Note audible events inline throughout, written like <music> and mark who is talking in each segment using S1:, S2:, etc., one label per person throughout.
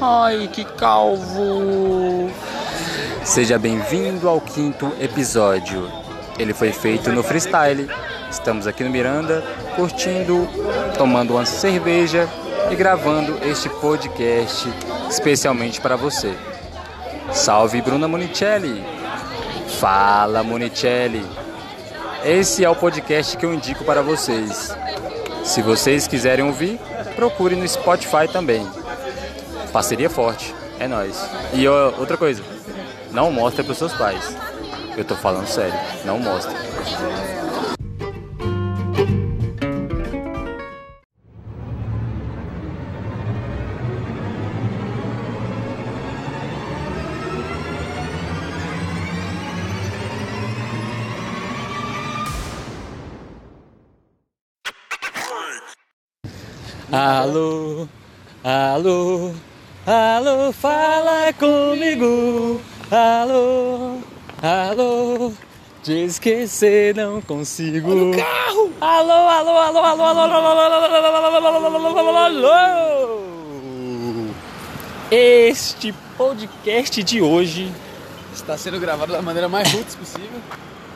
S1: Ai, que calvo! Seja bem-vindo ao quinto episódio. Ele foi feito no freestyle. Estamos aqui no Miranda, curtindo, tomando uma cerveja e gravando este podcast especialmente para você. Salve Bruna Monicelli! Fala Monicelli! Esse é o podcast que eu indico para vocês. Se vocês quiserem ouvir, procure no Spotify também. Parceria forte, é nós. E ó, outra coisa, não mostre para os seus pais. Eu tô falando sério, não mostre. Alô, alô, alô, fala comigo. Alô, alô, te esquecer não consigo. carro! Alô, alô, alô, alô, alô, alô, alô, alô, alô, alô, alô, alô, alô, alô. Este podcast de hoje.
S2: Está sendo gravado da maneira mais roots possível.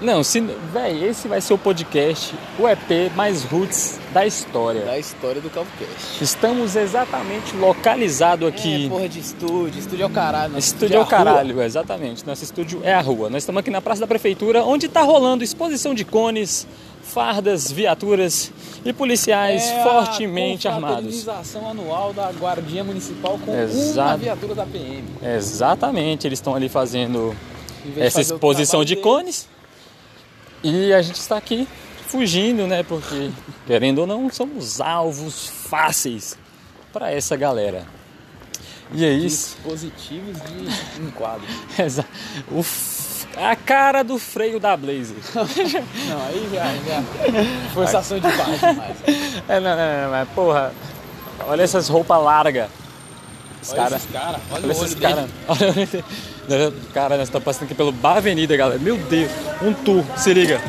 S1: Não, se, véi, esse vai ser o podcast, o EP mais roots da história.
S2: Da É história do Calvcast.
S1: Estamos exatamente localizado aqui.
S2: É, porra de estúdio. Estúdio é o caralho. nosso
S1: Estúdio é o
S2: a rua.
S1: caralho, exatamente. Nosso estúdio é a rua. Nós estamos aqui na Praça da Prefeitura, onde está rolando exposição de cones, fardas, viaturas e policiais
S2: É a
S1: fortemente armados.
S2: confraternização anual da Guardinha Municipal com uma
S1: Exato.
S2: viatura da PM.
S1: Exatamente, eles estão ali fazendo
S2: Em vez de
S1: essa
S2: fazer o
S1: exposição
S2: trabalho
S1: de
S2: deles,
S1: cones. E a gente está aqui fugindo, né? Porque, querendo ou não, somos alvos fáceis para essa galera. E é isso.
S2: Dispositivos de enquadro.
S1: <laughs> Exa- O f- A cara do freio da Blazer.
S2: Não, aí já,
S1: <laughs>
S2: já. Forçação de barra demais.
S1: É, não, não, não, mas porra. Olha essas roupas largas. Os
S2: Olha
S1: caras.
S2: esses caras. Olha
S1: Olha
S2: o
S1: esses
S2: olho
S1: caras.
S2: dele.
S1: <laughs> Olha o olho dele. Nós- Cara, nós estamos passando aqui pelo Bar Avenida, galera. Meu Deus, um tour, se liga.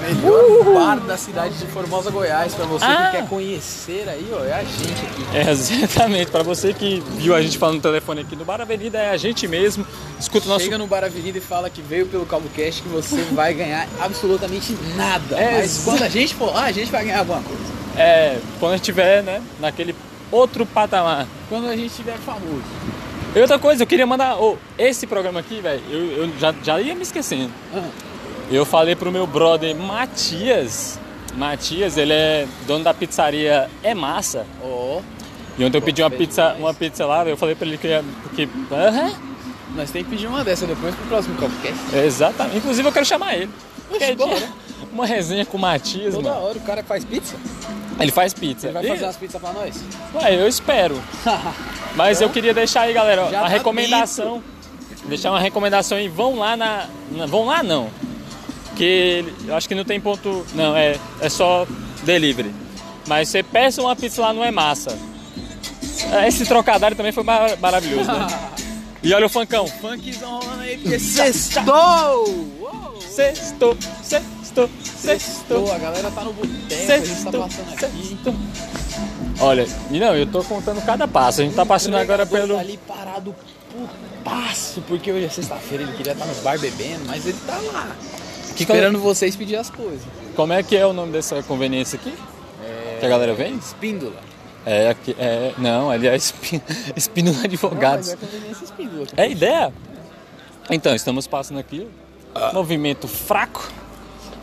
S2: Melhor bar da cidade de Formosa, Goiás. Pra você
S1: Ah!
S2: que quer conhecer aí, ó. É a gente aqui.
S1: É, exatamente, pra você que viu a gente falando no telefone aqui no Bar Avenida, é a gente mesmo. Escuta o nosso.
S2: Chega no Bar Avenida e fala que veio pelo Calvocast que você <laughs> vai ganhar absolutamente nada.
S1: É,
S2: Mas
S1: exa-
S2: quando a gente for lá, a gente vai ganhar alguma coisa.
S1: É, quando a gente estiver, né, naquele outro patamar.
S2: Quando a gente estiver famoso.
S1: E outra coisa, eu queria mandar. ô, esse programa aqui, velho, eu, eu já, já ia me esquecendo.
S2: Ah,
S1: Eu falei pro meu brother Matias. Matias, ele é dono da pizzaria É Massa.
S2: Ó,
S1: E ontem eu
S2: Pô,
S1: pedi uma
S2: bem
S1: pizza,
S2: demais.
S1: uma pizza lá, eu falei pra ele que ia. Porque, aham,
S2: nós temos que pedir uma dessa depois pro próximo Calvocast.
S1: exatamente. Inclusive eu quero chamar ele. Quer
S2: bora.
S1: dizer, Uma resenha com o Matias,
S2: Toda
S1: mano.
S2: hora o cara faz pizza.
S1: Ele faz pizza.
S2: Ele vai
S1: E-
S2: fazer umas pizzas pra nós.
S1: Ué, eu espero. Mas eu queria deixar aí, galera, ó,
S2: Já
S1: uma
S2: tá
S1: recomendação. Deixar uma recomendação aí. Vão lá na, na- Vão lá não. Que ele- eu acho que não tem ponto. Não, é, é só delivery. Mas você peça uma pizza lá, não é massa. É, Esse trocadilho também foi mar- maravilhoso,
S2: <laughs>
S1: né? E olha o funkão.
S2: <laughs> Funkzão rolando aí, porque <laughs> sextou! Uou!
S1: Sextou, sextou, sextou.
S2: Sextou, a galera tá no boteco, a gente tá
S1: Sexto,
S2: passando aqui.
S1: Olha, e não, eu tô contando cada passo. A gente tá passando agora
S2: Entregador
S1: pelo.
S2: tá ali parado putaço, porque hoje é sexta-feira, ele queria estar no bar bebendo, mas ele tá lá.
S1: Que
S2: esperando vocês pedir as coisas.
S1: Como é que é o nome dessa conveniência aqui? Que a É. galera vem?
S2: Espíndola.
S1: É, aqui, é não, ali é <laughs> espin... Espíndola Advogados.
S2: Não, mas é conveniência espíndola.
S1: é... ideia? Então, estamos passando aqui. Movimento fraco.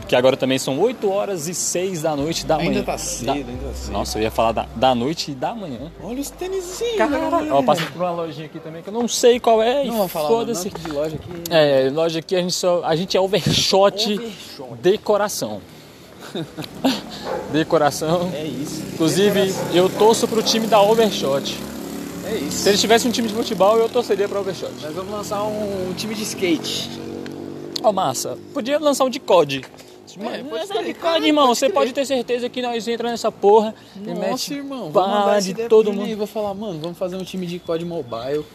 S1: Que agora também são 8 horas e 6 da noite da manhã.
S2: Ainda tá cedo,
S1: Da-
S2: ainda tá cedo.
S1: Nossa, eu ia falar da, da noite e da manhã.
S2: Olha os tênisinhos. né?
S1: Caralho. Ó, passando por uma lojinha aqui também que eu não sei qual é.
S2: Não
S1: e
S2: vou falar o
S1: foda-se.
S2: nome de loja aqui.
S1: É, loja aqui a gente só. A gente é overshot,
S2: Overshot.
S1: decoração. <laughs> decoração.
S2: É isso.
S1: Inclusive, eu torço pro time da Overshot.
S2: É isso.
S1: Se eles tivessem um time de futebol, eu torceria pra Overshot.
S2: Nós vamos lançar um, um time de skate.
S1: Ó, massa, podia lançar um de COD.
S2: pode
S1: Mano, essa
S2: crer,
S1: de COD,
S2: cara,
S1: irmão,
S2: é pode
S1: você
S2: crer.
S1: pode ter certeza que nós entra nessa porra e mete pá de
S2: ideia pro
S1: todo
S2: Juninho
S1: mundo.
S2: e Vou falar, mano, vamos fazer um time de COD Mobile,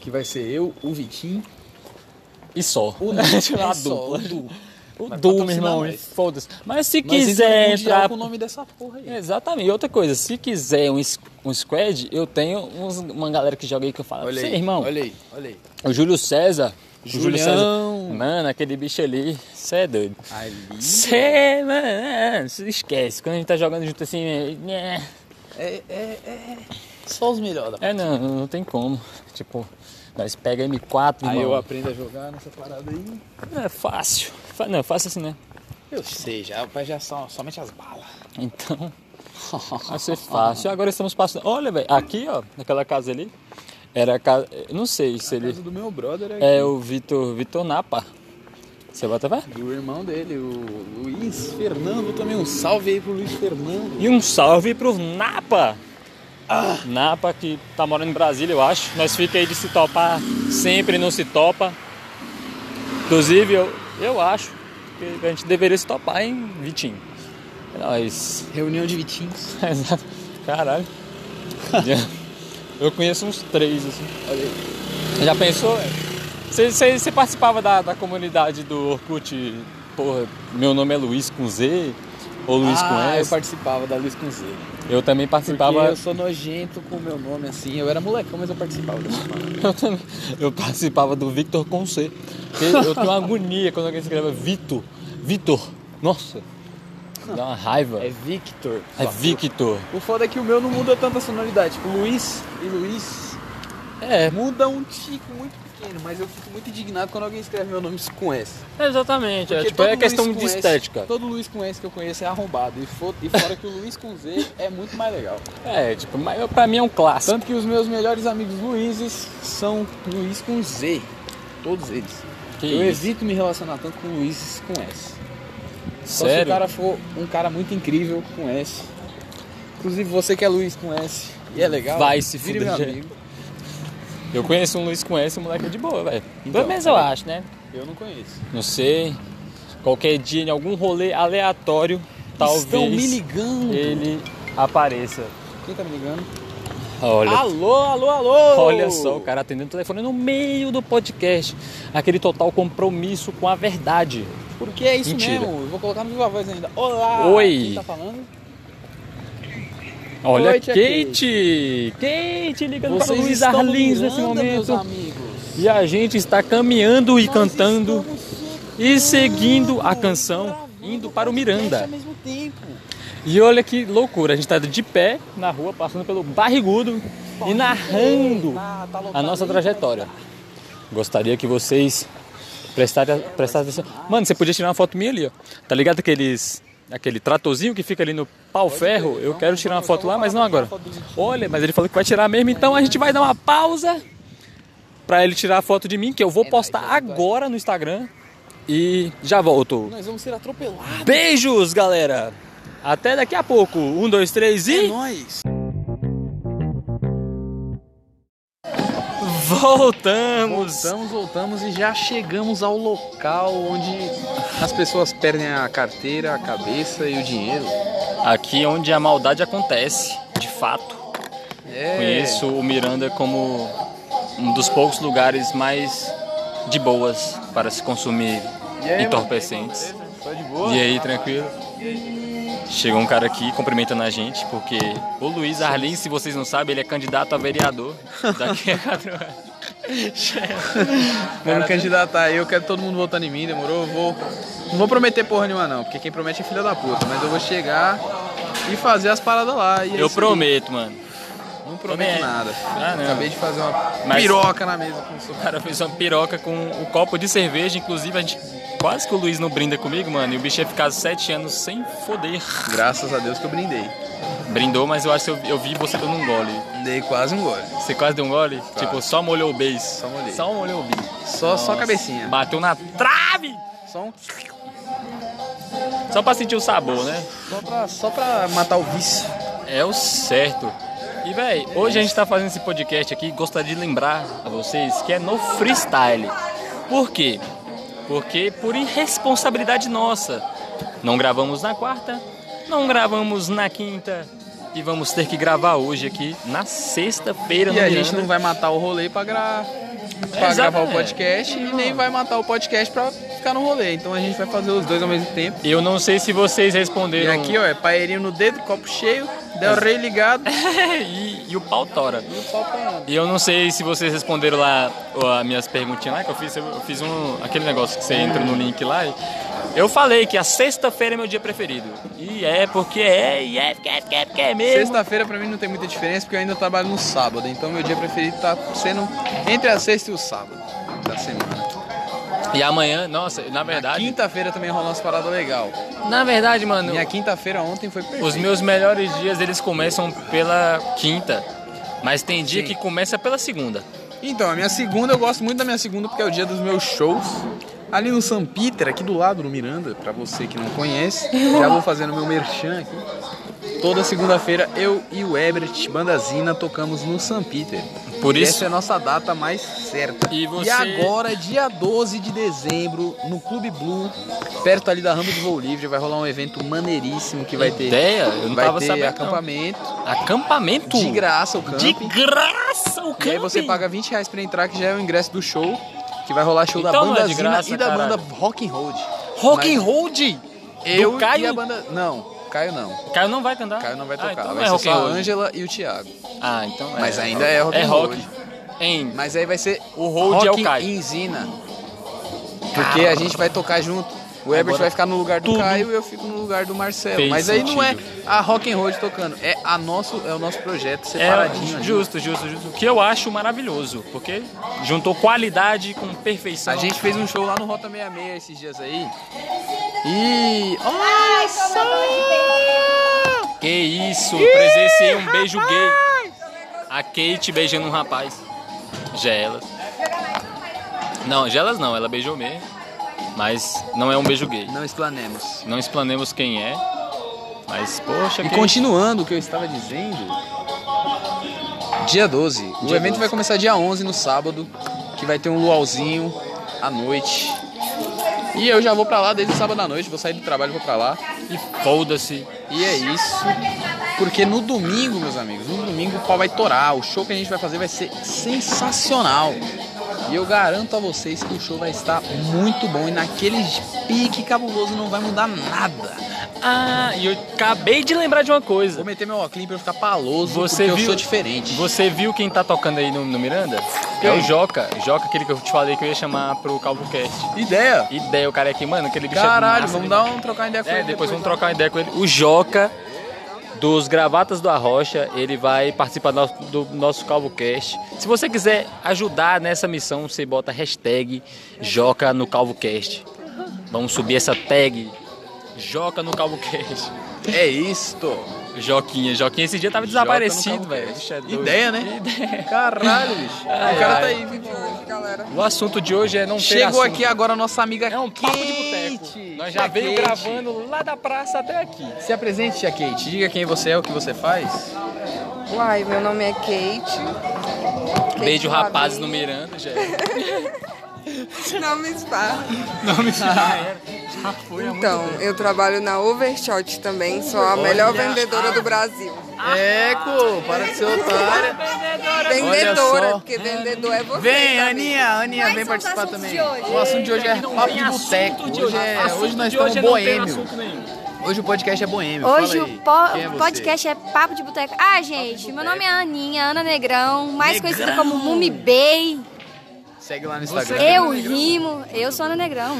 S2: que vai ser eu, o Vitinho,
S1: E só.
S2: o Nuno.
S1: <laughs> Sei lá,
S2: É só,
S1: dupla.
S2: o Du.
S1: O
S2: Mas
S1: Du, meu
S2: patrocina
S1: irmão,
S2: nós.
S1: foda-se. Mas se
S2: Nós
S1: quiser
S2: entramos no é mundial
S1: entrar. É,
S2: com o nome dessa porra aí.
S1: Exatamente. E Outra coisa, se quiser um, s- um squad, eu tenho uns- uma galera que joga aí que eu falo.
S2: Olha
S1: Olha
S2: aí,
S1: irmão.
S2: Olha aí, olha aí.
S1: O Júlio César. o Júlio
S2: Julião.
S1: César. Mano, aquele bicho ali, cê é doido.
S2: Ali.
S1: Cê, mano, é, cê esquece. Quando a gente tá jogando junto assim, é,
S2: É, é, é. Só os melhores.
S1: é não, não tem como. Tipo, nós pega M4,
S2: Aí eu
S1: irmão.
S2: aprendo a jogar nessa parada aí.
S1: É fácil. Fa- Não, fácil assim, né?
S2: Eu sei, já, mas já são somente as balas. <laughs>
S1: Então, vai ser fácil. Agora estamos passando. Olha, velho, aqui, ó, naquela casa ali, era a casa. Não sei se ele.
S2: do meu brother aqui.
S1: É o Vitor Vitor Napa. Você bota fé?
S2: Do irmão dele, o Luiz Fernando. Também um salve aí pro Luiz Fernando.
S1: E um salve pro Napa! Ah. Napa que tá morando em Brasília, eu acho. Nós fica aí de se topar sempre, não se topa. Inclusive, eu, eu acho que a gente deveria se topar, hein, Vitinho? É nóis.
S2: Reunião de Vitins.
S1: <laughs> Exato. Caralho. <laughs> Eu conheço uns três, assim.
S2: Olha aí.
S1: Já pensou? Você participava da, da comunidade do Orkut, porra, meu nome é Luiz com Z, ou Luiz
S2: ah,
S1: com
S2: eu
S1: S? Eu,
S2: participava da Luiz com Z.
S1: também
S2: Porque
S1: participava,
S2: eu sou nojento com o meu nome assim. Eu era molecão, mas eu participava dessa
S1: <laughs>
S2: parada.
S1: eu, também, eu participava do Victor com C. Porque Eu tenho uma agonia quando alguém escreve Vitor, Vitor, nossa, dá uma raiva.
S2: É
S1: É,
S2: Victor.
S1: Victor.
S2: O foda é que o meu não muda tanta sonoridade. Tipo, Luiz e Luiz
S1: É,
S2: muda um tico muito pequeno, mas eu fico muito indignado quando alguém escreve meu nome com S.
S1: exatamente. É,
S2: Porque
S1: tipo, é
S2: todo
S1: questão
S2: Luiz com
S1: de
S2: S-
S1: estética.
S2: todo Luiz com S que eu conheço é arrombado. E, fo- e fora que o Luiz com Z é muito mais legal.
S1: É, tipo, mas pra mim é um clássico.
S2: Tanto que os meus melhores amigos Luizes são Luiz com Z. Todos eles.
S1: Que
S2: eu
S1: isso.
S2: evito me relacionar tanto com Luizes com S. Só se o
S1: Sério?
S2: cara for um cara muito incrível com S. Inclusive você que é Luiz com S e é legal.
S1: Vai se
S2: vire
S1: fuder,
S2: meu
S1: já.
S2: amigo.
S1: Eu conheço um Luiz com S, um moleque é de boa, velho.
S2: Então,
S1: Pelo menos eu
S2: tá.
S1: acho, né?
S2: Eu não conheço.
S1: Não sei. Qualquer dia, em algum rolê aleatório,
S2: Estão me
S1: talvez
S2: ligando.
S1: ele apareça.
S2: Quem tá me ligando?
S1: Olha,
S2: Alô, alô, alô!
S1: olha só, o cara atendendo o telefone no meio do podcast. Aquele total compromisso com a verdade.
S2: Porque é isso
S1: Mentira.
S2: mesmo. Eu vou colocar no Viva Voz ainda. Olá!
S1: Oi.
S2: Quem tá falando?
S1: Olha,
S2: Oi, tia
S1: Kate! Kate ligando para o Luiz
S2: estão me
S1: Arlins nesse
S2: mirando, Meus
S1: momento.
S2: amigos.
S1: E a gente está caminhando e
S2: Nós
S1: cantando
S2: estamos chegando,
S1: e seguindo a canção,
S2: gravando
S1: indo para o
S2: podcast
S1: Miranda.
S2: Ao mesmo tempo.
S1: E olha que loucura, a gente tá de pé na rua, passando pelo barrigudo e narrando
S2: Ah, tá lotado
S1: a nossa
S2: aí,
S1: trajetória. Gostaria que vocês prestassem, prestassem atenção. Mano, você podia tirar uma foto minha ali, ó. Tá ligado aqueles, aquele tratorzinho que fica ali no pau-ferro? Eu quero tirar uma foto lá, mas não agora. Olha, mas ele falou que vai tirar mesmo, então a gente vai dar uma pausa pra ele tirar a foto de mim, que eu vou postar agora no Instagram. E já volto.
S2: Nós vamos ser atropelados.
S1: Beijos, galera! Até daqui a pouco. Um, dois, três
S2: É
S1: e.
S2: nóis.
S1: Voltamos!
S2: Voltamos, voltamos e já chegamos ao local onde as pessoas perdem a carteira, a cabeça e o dinheiro.
S1: Aqui é onde a maldade acontece, de fato.
S2: É.
S1: Conheço o Miranda como um dos poucos lugares mais de boas para se consumir entorpecentes.
S2: Tô de boa.
S1: E aí, tranquilo? Chegou um cara aqui cumprimentando a gente, porque o Luiz Arlins, se vocês não sabem, ele é candidato a <laughs> vereador daqui a quatro anos.
S2: Vou me candidatar aí, eu quero todo mundo votando em mim, demorou? Eu vou. Não vou prometer porra nenhuma, não, porque quem promete é filha da puta, mas eu vou chegar e fazer as paradas lá. e é
S1: Eu
S2: isso
S1: prometo, mano.
S2: aí. Não prometo
S1: Também é.
S2: nada.
S1: Ah, não.
S2: Acabei de fazer uma
S1: Mas-
S2: piroca na mesa com o seu.
S1: O cara fez uma piroca com um copo de cerveja, inclusive a gente. Quase que o Luiz não brinda comigo, mano. E o bicho ia ficar sete anos sem foder.
S2: Graças a Deus que eu brindei.
S1: Brindou, mas eu acho que eu, eu vi você dando um gole.
S2: Dei quase um gole.
S1: Você quase deu um gole? Tipo, só molhou o beijo. Só
S2: molhei.
S1: Só molhou o beijo.
S2: Só, só a cabecinha.
S1: Bateu na trave!
S2: Só, um-
S1: Só pra sentir o sabor, né?
S2: só, pra, só pra matar o vício.
S1: É o certo. E, véi, hoje a gente tá fazendo esse podcast aqui. Gostaria de lembrar a vocês que é no freestyle. Por quê? Porque por irresponsabilidade nossa. Não gravamos na quarta, não gravamos na quinta. E vamos ter que gravar hoje aqui na sexta-feira
S2: E
S1: no
S2: a
S1: Miranda.
S2: gente não vai matar o rolê pra, gra... pra
S1: Exato,
S2: gravar o
S1: é.
S2: podcast e nem vai matar o podcast pra ficar no rolê. Então a gente vai fazer os dois ao mesmo tempo.
S1: Eu não sei se vocês
S2: E
S1: responderam.
S2: aqui, ó, é paeirinho no dedo, copo cheio, Del Rey ligado
S1: <laughs> e, e o pau tora.
S2: e o papo andando.
S1: E eu não sei se vocês responderam lá ó, as minhas perguntinhas lá que eu fiz. Eu eu fiz um, aquele negócio que você entra no link lá. e- eu falei que a sexta-feira é meu dia preferido. E é porque é, e é porque é, porque é, porque é mesmo.
S2: Sexta-feira pra mim não tem muita diferença porque eu ainda trabalho no sábado. Então meu dia preferido tá sendo entre a sexta e o sábado da semana.
S1: E amanhã, nossa, na verdade.
S2: Quinta-feira também rolou umas paradas legal.
S1: Na verdade, mano,
S2: Minha quinta-feira ontem foi perfeita.
S1: os meus melhores dias eles começam pela quinta. Mas tem dia
S2: Sim.
S1: que começa pela segunda.
S2: Então, a minha segunda, eu gosto muito da minha segunda porque é o dia dos meus shows. Ali no São Peter, aqui do lado, no Miranda, pra você que não conhece, já vou fazendo meu merchan aqui. Toda segunda-feira, eu e o Ebert, Bandazina, tocamos no São Peter.
S1: Por
S2: E
S1: isso-
S2: Essa é a nossa data mais certa.
S1: E você-
S2: agora, dia 12 de dezembro, no Clube Blue, perto ali da rampa do Voo Livre, vai rolar um evento maneiríssimo que vai ter...
S1: Ideia? Eu não
S2: vai
S1: tava
S2: ter
S1: sabendo, não.
S2: acampamento,
S1: Acampamento?
S2: de graça o camping.
S1: De graça o
S2: E
S1: camping.
S2: aí você paga 20 reais pra entrar, que já é o ingresso do show. Que vai rolar show da
S1: Então não é
S2: banda
S1: de
S2: Zina
S1: graça,
S2: e da
S1: caralho.
S2: banda Rock and Roll.
S1: Rock and Roll.
S2: Eu
S1: do Caio.
S2: e a banda... Não, Caio não.
S1: Caio não vai cantar.
S2: Caio não vai
S1: Ah,
S2: tocar.
S1: então
S2: vai
S1: é
S2: ser
S1: rock
S2: só
S1: and
S2: a
S1: roll.
S2: Ângela e o Thiago.
S1: Ah, então é.
S2: Mas ainda é rock
S1: É
S2: and
S1: rock.
S2: roll.
S1: Em.
S2: Mas aí vai ser
S1: O Road é o
S2: Rock
S1: Caio. Ah.
S2: em Zina. Porque a gente vai tocar junto. O Ebert
S1: Agora
S2: vai ficar no lugar do
S1: tudo
S2: Caio e eu fico no lugar do Marcelo.
S1: fez
S2: Mas aí não é
S1: sentido.
S2: a Rock and Roll tocando. É, a nosso, é o nosso projeto separadinho.
S1: É
S2: ali.
S1: justo, justo, justo. O que eu acho maravilhoso, porque juntou qualidade com perfeição.
S2: A gente fez um show lá no Rota 66 esses dias aí. E. Olha só!
S1: Que isso, presenciei um beijo gay. A Kate beijando um rapaz. Gelas. Não, Gelas não, ela beijou mesmo. Mas não é um beijo gay.
S2: Não explanemos.
S1: Não explanemos quem é. Mas, poxa,
S2: E
S1: Kate.
S2: continuando o que eu estava dizendo. Dia 12. o
S1: Dia
S2: evento
S1: 12.
S2: vai começar dia 11 no sábado, que vai ter um luauzinho à noite. E eu já vou pra lá desde sábado à noite, vou sair do trabalho e vou pra lá.
S1: E foda-se.
S2: E é isso. Porque no domingo, meus amigos, no domingo o pau vai torar. O show que a gente vai fazer vai ser sensacional. E eu garanto a vocês que o show vai estar muito bom. E naquele pique cabuloso não vai mudar nada.
S1: Ah, e eu acabei de lembrar de uma coisa.
S2: Vou meter meu óculos pra eu ficar paloso,
S1: Você
S2: porque eu
S1: viu-
S2: sou diferente.
S1: Você viu quem tá tocando aí no, no Miranda? É o Joca. Joca, aquele que eu te falei que eu ia chamar pro CalvoCast.
S2: Ideia!
S1: Ideia, o cara é aqui, mano, aquele bicho é
S2: Caralho,
S1: massa
S2: vamos
S1: demais.
S2: dar um trocar ideia com
S1: É,
S2: ele.
S1: depois vamos trocar uma ideia com ele. O Joca, dos Gravatas do Arrocha, ele vai participar do nosso- do nosso CalvoCast. Se você quiser ajudar nessa missão, você bota hashtag Joca no CalvoCast. Vamos subir essa tag Joca no CalvoCast.
S2: É isto!
S1: Joquinha, Joquinha esse dia tava
S2: Joca no
S1: desaparecido,
S2: CalvoCast.
S1: velho. Bicho é doido.
S2: Ideia, né?
S1: Ideia.
S2: Caralho, bicho.
S1: Ai,
S2: o cara
S1: ai.
S2: tá aí, vivo hoje, galera.
S1: O assunto de hoje é não ter
S2: Chegou
S1: assunto.
S2: aqui tá agora a nossa amiga
S1: É um papo de
S2: Kate.
S1: boteco. Nós já
S2: Tia
S1: veio
S2: Kate.
S1: gravando lá da praça até aqui.
S2: Se apresente, tia Kate. Diga quem você é, o que você faz.
S3: Uai, meu nome é Kate.
S1: Beijo,
S3: Lavi.
S1: rapazes no Miranda, já. é.
S2: <laughs>
S3: Não me esparra.
S1: Não me
S2: é
S1: era. Já foi há muito
S3: Então, eu trabalho na Overshot também, sou a melhor vendedora do Brasil.
S2: Eco, para de ser otária.
S3: Vendedora,
S2: só.
S3: porque vendedor é você.
S2: Vem, Aninha, Aninha, vem participar também. O assunto de hoje é papo de boteco. Hoje, é- hoje nós estamos boêmio. Hoje o podcast é boêmio.
S4: Hoje
S2: Fala
S4: o
S2: aí,
S4: po-
S2: quem é você?
S4: podcast é Papo de Boteco. Ah, gente, meu nome é Aninha, Ana Negrão, mais conhecida como Mumi Bey.
S2: Segue lá no Instagram.
S4: Eu rimo, eu sou Ana Negrão.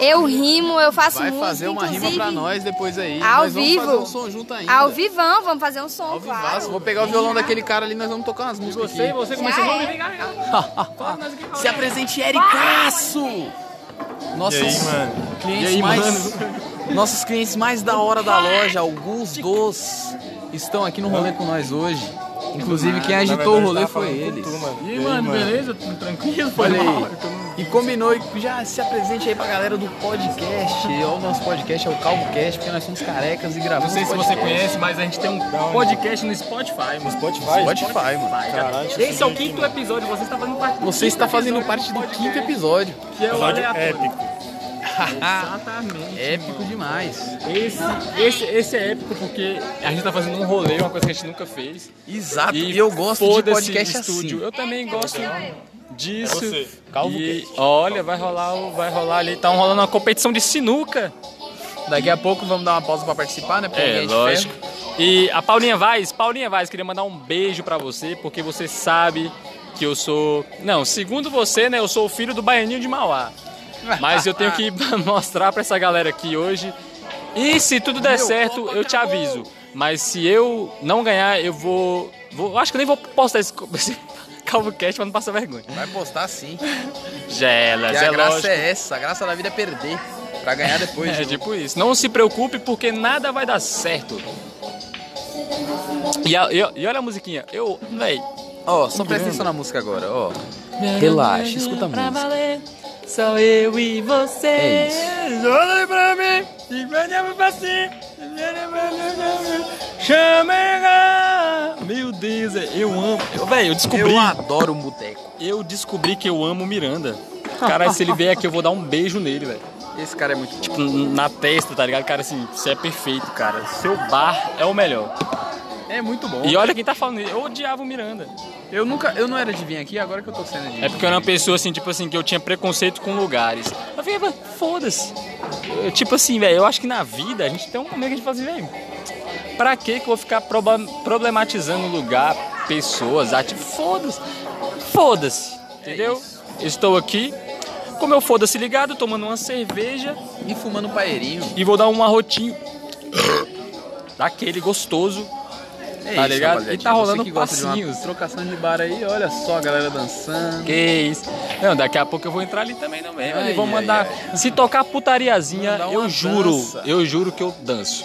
S4: Eu rimo, eu faço
S2: Vai
S4: música,
S2: fazer uma
S4: inclusive.
S2: rima pra nós depois aí.
S4: Ao
S2: nós
S4: vivo.
S2: Vamos fazer um som junto ainda.
S4: Ao vivão, vamos fazer um som,
S2: Ao vivaço.
S4: claro.
S2: Vou pegar o violão daquele cara ali, nós vamos tocar umas músicas aqui.
S1: você
S4: Já é.
S2: Se apresente, Ericaço! Nossos clientes
S1: E aí,
S2: mais. Nossos clientes mais da hora da loja, alguns dos estão aqui no rolê com nós hoje. Inclusive, quem agitou o
S1: tá
S2: rolê foi eles.
S1: E aí, mano, beleza? Tudo Tranquilo? Foi
S2: Olha
S1: mal.
S2: aí. E combinou, e já se apresente aí pra galera do podcast. É o nosso podcast, é o Calvocast, porque nós somos carecas e
S1: Não
S2: gravamos.
S1: sei se você
S2: podcast.
S1: conhece, mas a gente tem um podcast no Spotify, mano.
S2: Spotify, mano.
S1: Esse é o quinto episódio, você está fazendo parte do
S2: Você está fazendo parte do quinto episódio.
S1: que é o aleatório. <laughs>
S2: Exatamente. Épico demais.
S1: Esse, esse, esse é épico porque a gente tá fazendo um rolê, uma coisa que a gente nunca fez.
S2: Exato. Ah, E eu gosto de
S1: foda-se
S2: podcast
S1: estúdio.
S2: assim.
S1: Eu também gosto disso.
S5: você.
S1: Calvo e olha, vai rolar, o- vai rolar ali, tá rolando uma competição de sinuca.
S2: Daqui a pouco vamos dar uma pausa pra participar, né? Porque
S1: É,
S2: ninguém de
S1: lógico.
S2: ferro.
S1: E a Paulinha Vaz, Paulinha Vaz, queria mandar um beijo pra você, porque você sabe que eu sou. Não, segundo você, né, eu sou o filho do baianinho de Mauá. Mas eu tenho que <laughs> mostrar pra essa galera aqui hoje. E se tudo der certo, eu te aviso. Mas se eu não ganhar, eu vou. vou- eu acho que eu nem vou postar esse, <laughs> co- esse CalvoCast pra não passar vergonha.
S2: Vai postar sim.
S1: Gelas,
S2: E
S1: é
S2: a graça
S1: lógico.
S2: é essa. A graça da vida é perder. Pra ganhar
S1: <laughs>
S2: depois.
S1: É
S2: de novo.
S1: tipo isso. Não se preocupe porque nada vai dar certo. E, a- e- e olha a musiquinha. Eu, véi.
S2: Ó, só presta atenção na música agora, ó. Relaxa, escuta a música.
S1: Só eu e você.
S2: É
S1: Olha pra mim. e olha pra si. Chama. Meu Deus, é- eu amo. Eu, véi, eu descobri.
S2: Eu adoro um boteco.
S1: Eu descobri que eu amo o Miranda. Cara, se ele vier aqui, eu vou dar um beijo nele, velho
S2: Esse cara é muito bom.
S1: tipo, na testa, tá ligado? Cara, assim, você é perfeito, cara. Seu bar é o melhor.
S2: É muito bom.
S1: E olha quem tá falando, eu odiava o Miranda.
S2: Eu nunca, eu não era de vir aqui, agora que eu tô sendo de
S1: É porque eu era uma pessoa, assim, tipo assim, que eu tinha preconceito com lugares. Eu ficava, foda-se. Eu, Tipo assim, velho, eu acho que na vida a gente tem um momento que a gente fala assim, velho, pra que que eu vou ficar proba- problematizando lugar, pessoas, arte? Foda-se. Foda-se, entendeu? Estou aqui, com meu foda-se ligado, tomando uma cerveja,
S2: E fumando paeirinho.
S1: e vou dar um arrotinho daquele gostoso.
S2: É
S1: Tá ligado?
S2: rapaziadinha.
S1: E tá rolando
S2: Você que gosta de uma
S1: passinhos.
S2: trocação de bar aí, olha só a galera dançando.
S1: Que isso. Não, daqui a pouco eu vou entrar ali também no meio. ali,
S2: Ai,
S1: vou
S2: ai,
S1: mandar. Se tocar putariazinha,
S2: Mandar uma
S1: eu juro.
S2: dança.
S1: Eu juro que eu danço.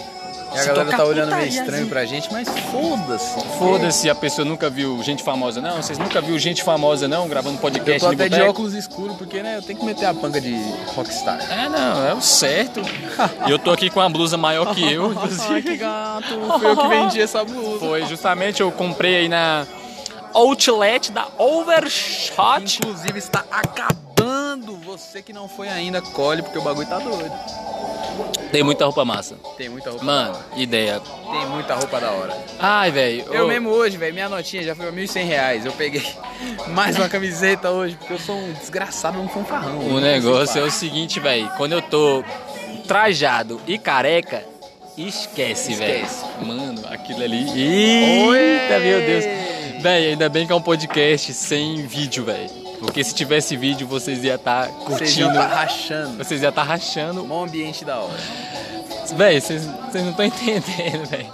S2: E a
S1: Se
S2: galera
S1: tocar
S2: tá olhando meio
S1: putariazinha.
S2: estranho pra gente, mas foda-se.
S1: Foda-se, a pessoa nunca viu gente famosa, não. Vocês nunca viu gente famosa, não, gravando
S2: Eu
S1: podcast
S2: tô até de
S1: boteco?
S2: óculos escuros, porque né, eu tenho que meter a panga de rockstar.
S1: É, não, é o certo. E eu tô aqui com uma blusa maior que
S2: <laughs>
S1: eu, inclusive.
S2: que gato, foi eu que vendi essa blusa.
S1: Foi justamente eu comprei aí na Outlet da Overshot.
S2: Inclusive está acabando. Você que não foi ainda, colhe, porque o bagulho tá doido.
S1: Tem muita roupa massa.
S2: Tem muita roupa da
S1: Mano,
S2: hora.
S1: ideia.
S2: Tem muita roupa da hora.
S1: Ai, velho.
S2: Eu
S1: ô,
S2: mesmo hoje, velho, minha notinha já foi pra 1.100 reais. Eu peguei <laughs> mais uma camiseta hoje, porque eu sou um desgraçado, um fanfarrão. Eu
S1: O
S2: não
S1: negócio é
S2: consigo
S1: o seguinte, velho. Quando eu tô trajado e careca, esquece, velho.
S2: Esquece.
S1: Mano, aquilo ali. Eita, meu Deus. Velho, ainda bem que é um podcast sem vídeo, velho. Porque se tivesse vídeo, vocês iam estar
S2: parar. Vocês
S1: curtindo.
S2: iam tá rachando.
S1: Vocês iam estar rachando
S2: Bom ambiente da hora.
S1: Véi, vocês vocês não estão <laughs> entendendo, véi.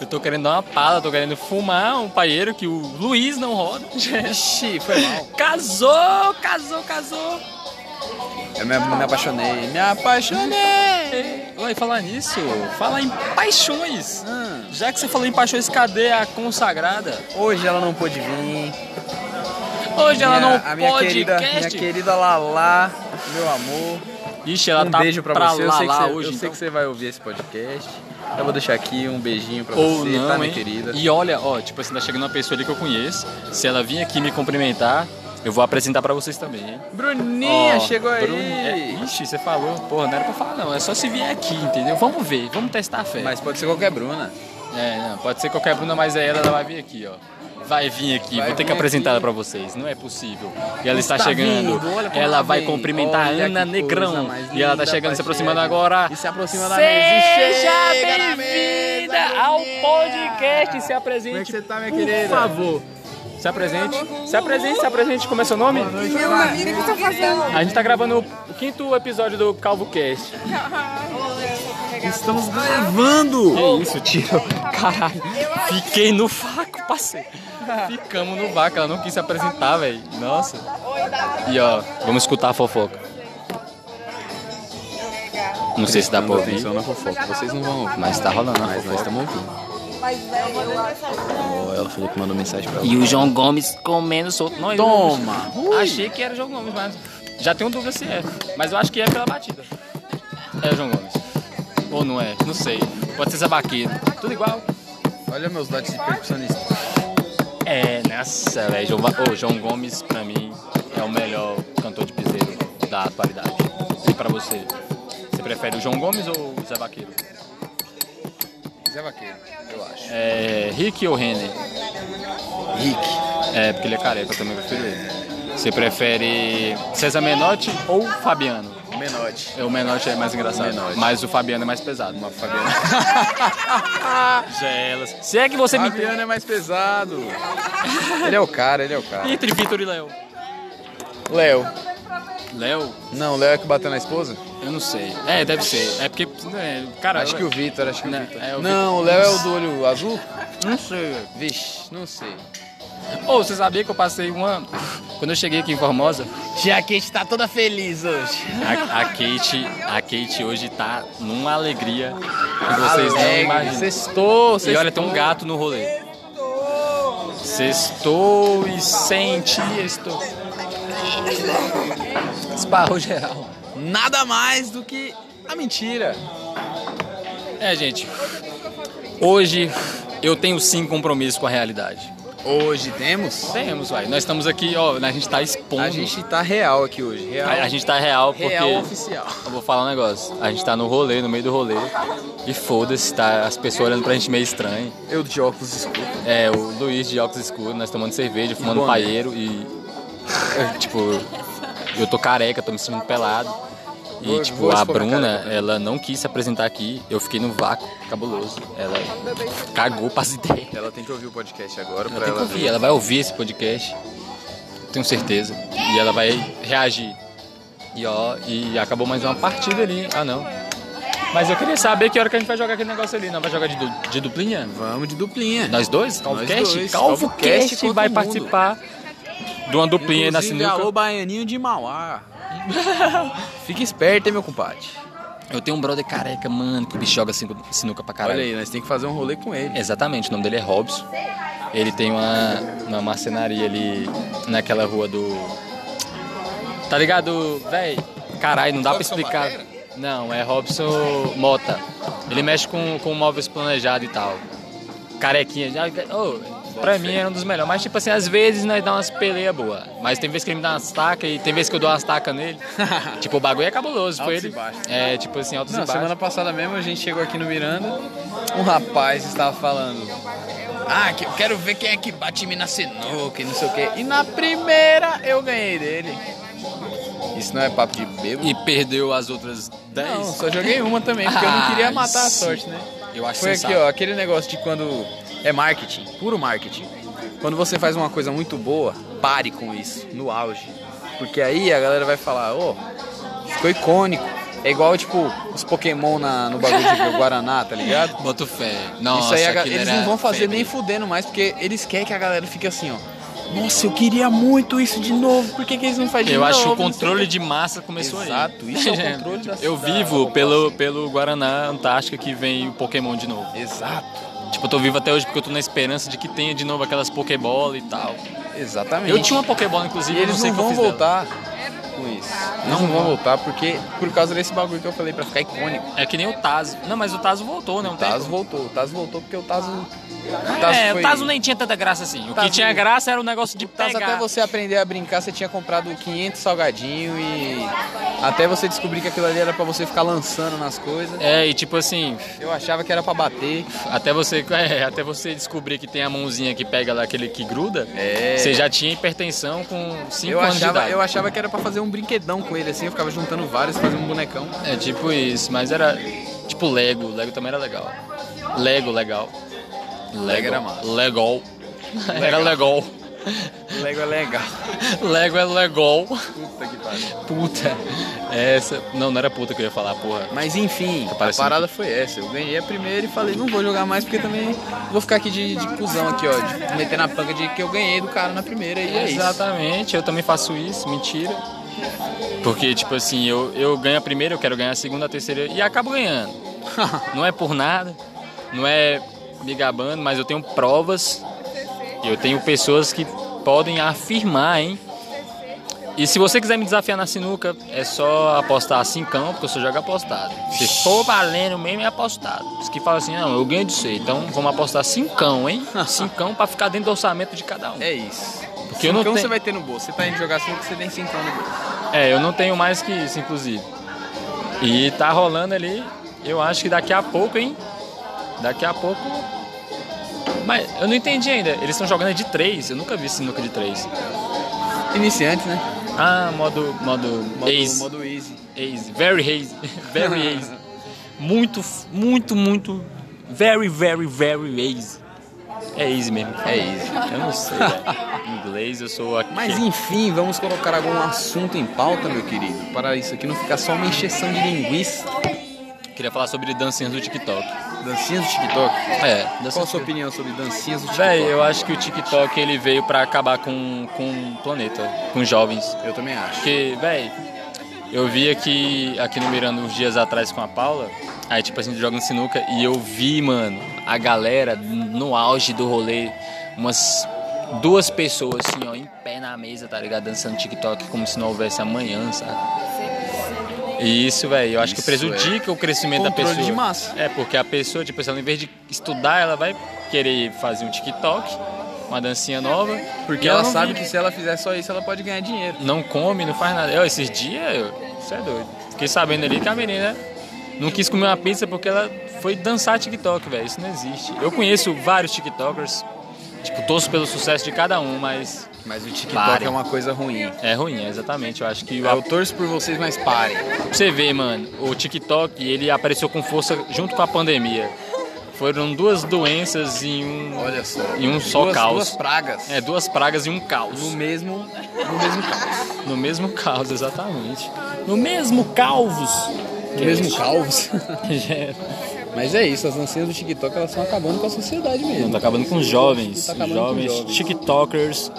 S1: Eu tô querendo dar uma pala, tô querendo fumar um paieiro que o Luiz não roda. <laughs>
S2: Ixi, foi mal.
S1: Casou, casou, casou.
S2: Eu me, me apaixonei. Me apaixonei.
S1: Vai falar nisso, fala em paixões.
S2: Hum.
S1: Já que você falou em paixões, cadê a consagrada?
S2: Hoje ela não pôde vir.
S1: Hoje ela
S2: Minha-
S1: não
S2: a
S1: pode
S2: minha querida, minha
S1: cast.
S2: querida Lala, meu amor.
S1: Ixi, ela
S2: um
S1: tá
S2: beijo pra, você. eu
S1: lá,
S2: sei, que
S1: lá
S2: você,
S1: hoje.
S2: eu sei
S1: então.
S2: que você vai ouvir esse podcast. Eu vou deixar aqui um beijinho pra
S1: Ou
S2: você,
S1: não,
S2: tá, minha
S1: hein?
S2: querida?
S1: E olha, ó, tipo assim, tá chegando uma pessoa ali que eu conheço. Se ela vir aqui me cumprimentar, eu vou apresentar pra vocês também, hein?
S2: Bruninha,
S1: Ó,
S2: chegou aí.
S1: Bruno- é, ixi, você falou. Porra, não era pra falar, não. É só se vier aqui, entendeu? Vamos ver, vamos testar a fé.
S2: Mas pode ser qualquer Bruna.
S1: É, não, pode ser qualquer Bruna, mas aí ela vai vir aqui, ó. Vai vir aqui,
S2: Vai
S1: vou ter que
S2: vir
S1: apresentar
S2: aqui.
S1: ela pra vocês, não é possível. E ela está,
S2: Está
S1: chegando,
S2: vindo, olha como
S1: ela
S2: ela
S1: vai
S2: vem.
S1: cumprimentar
S2: Olha
S1: a Ana
S2: que
S1: Negrão.
S2: coisa mais
S1: E ela tá chegando,
S2: linda,
S1: se
S2: parceiro.
S1: aproximando agora.
S2: E se aproxima da mesa. e
S1: Seja
S2: chega na mesa,
S1: bem-vinda ao
S2: Bruninha.
S1: podcast. Se
S2: Como é que
S1: apresente,
S2: você tá, minha
S1: por
S2: querida?
S1: favor. Se apresente, se apresente, se apresente. Como é seu nome?
S3: Meu marido que tá fazendo.
S1: A gente tá gravando o quinto episódio do CalvoCast.
S2: Estamos gravando. É
S1: Que isso, tiro? Caralho. Fiquei no vácuo, parceiro. Ficamos no vácuo, ela não quis se apresentar, velho. Nossa. E ó, vamos escutar a fofoca. Não sei se dá pra ouvir,
S2: Atenção na fofoca, vocês não vão ouvir.
S1: mas tá rolando a
S2: Mas nós
S1: fofoca.
S2: estamos ouvindo.
S3: um
S2: Ó, ela falou que mandou mensagem pra ela.
S1: E o João Gomes comendo solto. Não, eu-
S2: Toma!
S1: Achei que era o João Gomes, mas já tenho dúvida se é. Mas eu acho que é pela batida. É o João Gomes. Ou não é, não sei. Pode ser zabaqueiro. Tudo igual.
S2: Olha meus dados de percussionista.
S1: É, nossa, velho. João, ô, João Gomes, pra mim, é o melhor cantor de piseiro da atualidade. E pra você? Você prefere o João Gomes ou o Zé Vaqueiro?
S2: Zé Vaqueiro, eu acho.
S1: É, Rick ou Renner?
S2: Rick.
S1: É, porque ele é careca, eu também prefiro ele. Você prefere César Menotti ou Fabiano?
S2: Menote.
S1: É, O Menotti é mais engraçado.
S2: Menotti.
S1: Mas o Fabiano é mais pesado.
S2: Uma <laughs> Fabiana.
S6: Gelas. Se é que você me
S2: Fabiano é mais pesado. Ele é o cara, ele é o cara.
S6: Entre Vitor e Léo.
S2: Léo.
S1: Léo?
S2: Não, Léo é que bateu na esposa?
S1: Eu não sei. É, deve ser. É porque. é, cara,
S2: Acho que o Vitor, acho que
S1: Não,
S2: o Vitor.
S1: é o
S2: não, o Léo é o do olho azul?
S1: Não sei, velho.
S2: Vixe, não sei.
S1: Ô, você sabia que eu passei um ano. Quando eu cheguei aqui em Formosa,
S2: Já que a gente tá toda feliz hoje.
S1: a, a Kate. A Kate hoje tá numa alegria que vocês não imaginam.
S2: Sextou,
S1: E
S2: sextou.
S1: olha, tem um gato no rolê. Sextou e senti estou. Esparro geral.
S2: Nada mais do que a mentira.
S1: É, gente. Hoje eu tenho sim compromisso com a realidade.
S2: Hoje temos?
S1: Temos, vai. Nós estamos aqui, ó, a gente tá expondo.
S2: A gente tá real aqui hoje. Real,
S1: a, a gente tá real porque.
S2: real oficial.
S1: Eu vou falar um negócio. A gente tá no rolê, no meio do rolê. E foda-se, tá as pessoas olhando pra gente meio estranho.
S2: Eu de óculos escuros.
S1: É, o Luiz de óculos escuros, nós tomando cerveja, fumando
S2: bom, né?
S1: paeiro e. tipo, eu tô careca, tô me sentindo pelado. E,
S2: Vou-
S1: tipo,
S2: vou
S1: a
S2: expor na
S1: Bruna,
S2: careca,
S1: ela não quis se apresentar aqui, eu fiquei no vácuo cabuloso. Ela cagou pras ideias.
S2: Ela tem que ouvir o podcast agora
S1: Ela tem
S2: pra
S1: que
S2: ela
S1: ouvir,
S2: ver.
S1: ela vai ouvir esse podcast, tenho certeza. E ela vai reagir. E ó, e acabou mais uma partida ali. Ah, não.
S6: Mas eu queria saber que hora que a gente vai jogar aquele negócio ali. Não vai jogar de, du- de duplinha?
S2: Vamos de duplinha.
S1: Nós dois?
S2: Nós
S1: Calvocast?
S2: dois.
S1: Calvocast
S2: Calvocast
S1: vai
S2: contra o mundo.
S1: participar de uma duplinha aí na
S2: Inclusive,
S1: sinuca.
S2: Alô, baianinho de <laughs> Mauá. Fica esperto, hein, meu compadre.
S1: Eu tenho um brother careca, mano, que o bicho joga sinu- sinuca pra caralho.
S2: Olha aí, nós tem que fazer um rolê com ele.
S1: Exatamente, o nome dele é Robson. Ele tem uma, uma marcenaria ali naquela rua do. Tá ligado, véi? Caralho, não dá pra
S2: Robson
S1: explicar.
S2: Batera?
S1: Não, é Robson Mota. Ele mexe com, com móveis planejados e tal. Carequinha. já- Ô, pra mim era um dos melhores. Mas, tipo assim, às vezes nós dá umas peleias boas. Mas tem vezes que ele me dá umas tacas e tem vezes que eu dou umas tacas <laughs> nele. tipo, o bagulho é cabuloso. Foi
S2: Altos e
S1: ele.
S2: baixos.
S1: É, tipo assim, altos
S2: Não,
S1: e baixos.
S2: semana passada mesmo a gente chegou aqui no Miranda, um rapaz estava falando. Ah, que eu quero ver quem é que bate em mim na sinuca e não sei o quê. E na primeira eu ganhei dele. Isso não é papo de bêbado?
S1: E perdeu as outras 10.
S2: Não, só joguei uma também, porque eu <laughs> não queria
S1: Ah,
S2: matar a
S1: sim.
S2: sorte, né?
S1: Eu acho
S2: Foi aqui,
S1: sensato.
S2: ó, aquele negócio de quando é marketing, puro marketing. Quando você faz uma coisa muito boa, pare com isso, no auge. Porque aí a galera vai falar, ô, ficou icônico. É igual, tipo, os Pokémon na, no bagulho de
S1: <laughs>
S2: Guaraná, tá ligado?
S1: Boto fé. Nossa,
S2: isso aí a ga-
S1: aquilo
S2: eles
S1: era
S2: não vão fazer
S1: febre.
S2: nem fudendo mais, porque eles querem que a galera fique assim, ó. Nossa, eu queria muito isso de novo, por que, que eles não fazem de
S1: Eu
S2: novo?
S1: acho que o
S2: Não sei
S1: controle de massa começou
S2: Exato,
S1: aí.
S2: isso é o
S1: <laughs>
S2: controle da
S1: Eu
S2: cidade,
S1: vivo
S2: vamos
S1: pelo, pelo Guaraná Antártica que vem o Pokémon de novo.
S2: Exato,
S1: Tipo, eu tô vivo até hoje porque eu tô na esperança de que tenha de novo aquelas Pokébola e tal.
S2: exatamente.
S1: Eu tinha uma Pokébola,
S2: E
S1: inclusive, eu não
S2: eles
S1: sei
S2: não
S1: o que eu
S2: vão
S1: fiz dela.
S2: voltar com isso. Eles não, vão voltar porque por causa desse bagulho que eu falei pra ficar icônico.
S1: É que nem o Tazo. Não, mas o Tazo voltou, né? Um
S2: O Tazo
S1: tempo.
S2: voltou, o Tazo voltou porque o Tazo. O
S1: É,
S2: foi-
S1: o Tazo nem tinha tanta graça assim. O que
S2: Tazo-
S1: tinha graça era o negócio de
S2: o Tazo,
S1: pegar.
S2: até você aprender a brincar, você tinha comprado 500 salgadinho e até você descobrir que aquilo ali era pra você ficar lançando nas coisas.
S1: É, e tipo assim,
S2: Eu achava que era pra bater.
S1: Até você, <laughs> é, até você descobrir que tem a mãozinha que pega lá aquele que gruda,
S2: É.
S1: você já tinha hipertensão com 5
S2: Eu
S1: anos de
S2: achava,
S1: idade.
S2: eu achava que era pra fazer um brinquedão com ele assim, eu ficava juntando vários, fazer um bonecão.
S1: É tipo isso, mas era tipo Lego, Lego também era legal. Lego, legal. Lego
S2: era massa.
S1: Legol. <laughs> Era Legol.
S2: Lego é legal. <laughs>
S1: Lego é Legol.
S2: Puta que pariu.
S1: Puta. Essa, não, não era puta que eu ia falar, porra.
S2: Mas enfim, a
S1: Tá parecendo
S2: parada foi essa. Eu ganhei a primeira e falei, não vou jogar mais porque também vou ficar aqui de, de cuzão aqui, ó. De meter na panca de que eu ganhei do cara na primeira e é isso.
S1: Exatamente, eu também faço isso, mentira. Porque, tipo assim, eu, eu ganho a primeira, eu quero ganhar a segunda, a terceira e acabo
S2: <laughs>
S1: ganhando. não é por nada, não é me gabando, mas eu tenho provas, eu tenho pessoas que podem afirmar, hein? E se você quiser me desafiar na sinuca, é só apostar assim cincão, porque eu só jogo apostado. Se for valendo mesmo, é apostado. Os que falam assim, não, eu ganho de você, então vamos apostar cincão,
S2: <laughs>
S1: hein? Cincão pra ficar dentro do orçamento de cada um.
S2: É isso.
S1: Porque eu não
S2: Cincão
S1: tenho-
S2: você vai ter no bolso. Você tá indo jogar cinco, você tem cincão no bolso.
S1: É, eu não tenho mais que isso, inclusive. E tá rolando ali, eu acho que daqui a pouco, hein? Daqui a pouco. Mas eu não entendi ainda. Eles estão jogando de três. Eu nunca vi sinuca de três.
S2: Iniciante, né?
S1: Ah, modo. Modo.
S2: Modo,
S1: Ace.
S2: modo easy.
S1: Ace. <laughs> Very hazy. É Very
S2: <laughs>
S1: hazy. Muito, muito, muito. Very, very, very hazy. É easy mesmo. É easy. Eu não sei. velho. <laughs> Em inglês eu sou aqui.
S2: Mas enfim, vamos colocar algum assunto em pauta, meu querido, para isso aqui não ficar só uma encheção de linguiça.
S1: Queria falar sobre dancinhas do TikTok.
S2: Dancinhas do TikTok.
S1: É, dancinhas
S2: Qual a
S1: do
S2: sua opinião sobre dancinhas do TikTok?
S1: Véi, eu acho que o TikTok ele veio pra acabar com, com o planeta, com os jovens.
S2: Eu também acho.
S1: Porque, véi, eu vi aqui, aqui no Miranda uns dias atrás com a Paula, aí tipo assim, jogando sinuca, e eu vi, mano, a galera no auge do rolê, umas duas pessoas assim, ó, em pé na mesa, tá ligado? Dançando TikTok como se não houvesse amanhã, sabe? E isso, velho, eu acho que
S2: Isso é
S1: prejudica o crescimento da
S2: Controle
S1: pessoa.
S2: de massa.
S1: É, porque a pessoa, tipo assim, ela, em vez de estudar, ela vai querer fazer um TikTok, uma dancinha nova.
S2: Porque
S1: e
S2: ela
S1: não
S2: sabe
S1: vive
S2: que se ela fizer só isso, ela pode ganhar dinheiro.
S1: não come, não faz nada. Eu, esses dias, eu- você é doido. Fiquei sabendo ali que a menina não quis comer uma pizza porque ela foi dançar TikTok, velho. Isso não existe. Eu conheço vários TikTokers, tipo, torço pelo sucesso de cada um, mas
S2: Mas o TikTok
S1: Parem.
S2: é uma coisa ruim.
S1: é ruim, é exatamente. Eu acho que o
S2: Eu torço por vocês, mas parem.
S1: Pra você ver, mano, o TikTok, ele apareceu com força junto com a pandemia. Foram duas doenças em um,
S2: Olha só.
S1: em um só
S2: duas,
S1: caos.
S2: Duas pragas.
S1: É, duas pragas e um caos.
S2: No mesmo, no mesmo caos.
S1: No mesmo caos, <laughs> exatamente. No mesmo calvos.
S2: No mesmo caos. <laughs>
S1: <laughs> É.
S2: Mas é isso, as dancinhas do TikTok elas estão acabando com a sociedade mesmo.
S1: Tá acabando com os jovens.
S2: Tá
S1: os
S2: acabando com os
S1: jovens
S2: jovens.
S1: TikTokers.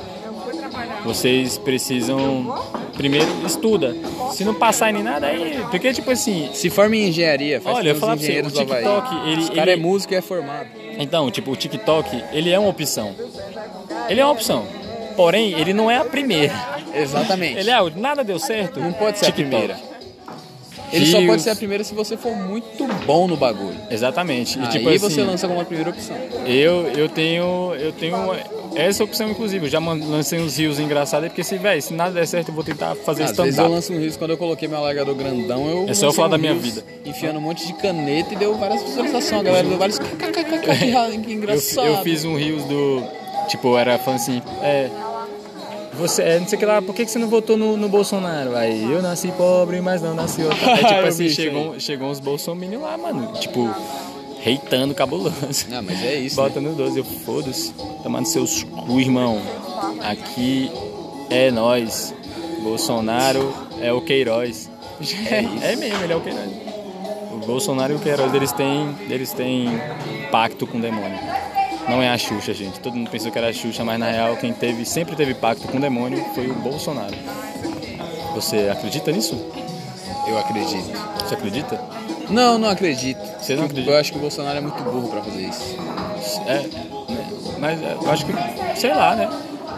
S1: Vocês precisam. Primeiro, estuda. Se não passar em nada, aí. Porque, tipo assim.
S2: Se forma em engenharia, faz
S1: Olha, eu
S2: que
S1: falar pra
S2: nem os
S1: você, o
S2: engenheiros do Havaí.
S1: TikTok, ele-
S2: Os
S1: ele-
S2: cara é músico e é formado.
S1: Então, tipo, o TikTok, ele é uma opção. Ele é uma opção. Porém, ele não é a primeira. <laughs>
S2: Exatamente.
S1: Ele é. a última. Nada deu certo?
S2: Não pode ser a
S1: TikTok.
S2: primeira. Ele só
S1: Rios.
S2: pode ser a primeira se você for muito bom no bagulho.
S1: Exatamente. E,
S2: Aí
S1: tipo, assim,
S2: você lança como a primeira opção.
S1: Eu, eu tenho eu tenho essa opção, inclusive. Eu já man- lancei uns rios engraçados aí, porque se, véi, se nada der certo, eu vou tentar fazer
S2: Às vezes eu
S1: stand-up.
S2: lanço um rios quando eu coloquei meu alargador grandão, eu.
S1: É só eu
S2: lancei
S1: falar da
S2: um
S1: minha
S2: Reels
S1: vida.
S2: Enfiando um monte de caneta e deu várias visualizações. A galera deu vários. kkkk, que
S1: Eu,
S2: engraçado.
S1: eu fiz um rios do. Tipo, era falando assim. É, você, é, não sei o que lá, por que, que você não votou no, no Bolsonaro? Aí eu nasci pobre, mas não nasci otário. Aí,
S2: <laughs> Eu
S1: tipo
S2: vi
S1: assim,
S2: isso
S1: chegou, chegou uns bolsominions lá, mano. Tipo, reitando cabuloso.
S2: Ah, mas é isso.
S1: Bota no 12, eu foda-se. Tomando seus cu, irmão. Aqui é nós. Bolsonaro é o Queiroz. <laughs> É, mesmo, ele é o Queiroz. O Bolsonaro e o Queiroz, eles têm, eles têm pacto com o demônio. Não é a Xuxa, gente. Todo mundo pensou que era a Xuxa, mas na real quem teve, sempre teve pacto com o demônio foi o Bolsonaro. Você acredita nisso?
S2: Eu acredito.
S1: Você acredita?
S2: Não, não acredito.
S1: Você não acredita?
S2: Eu acho que o Bolsonaro é muito burro pra fazer isso.
S1: É, né? mas é, eu acho que, sei lá, né?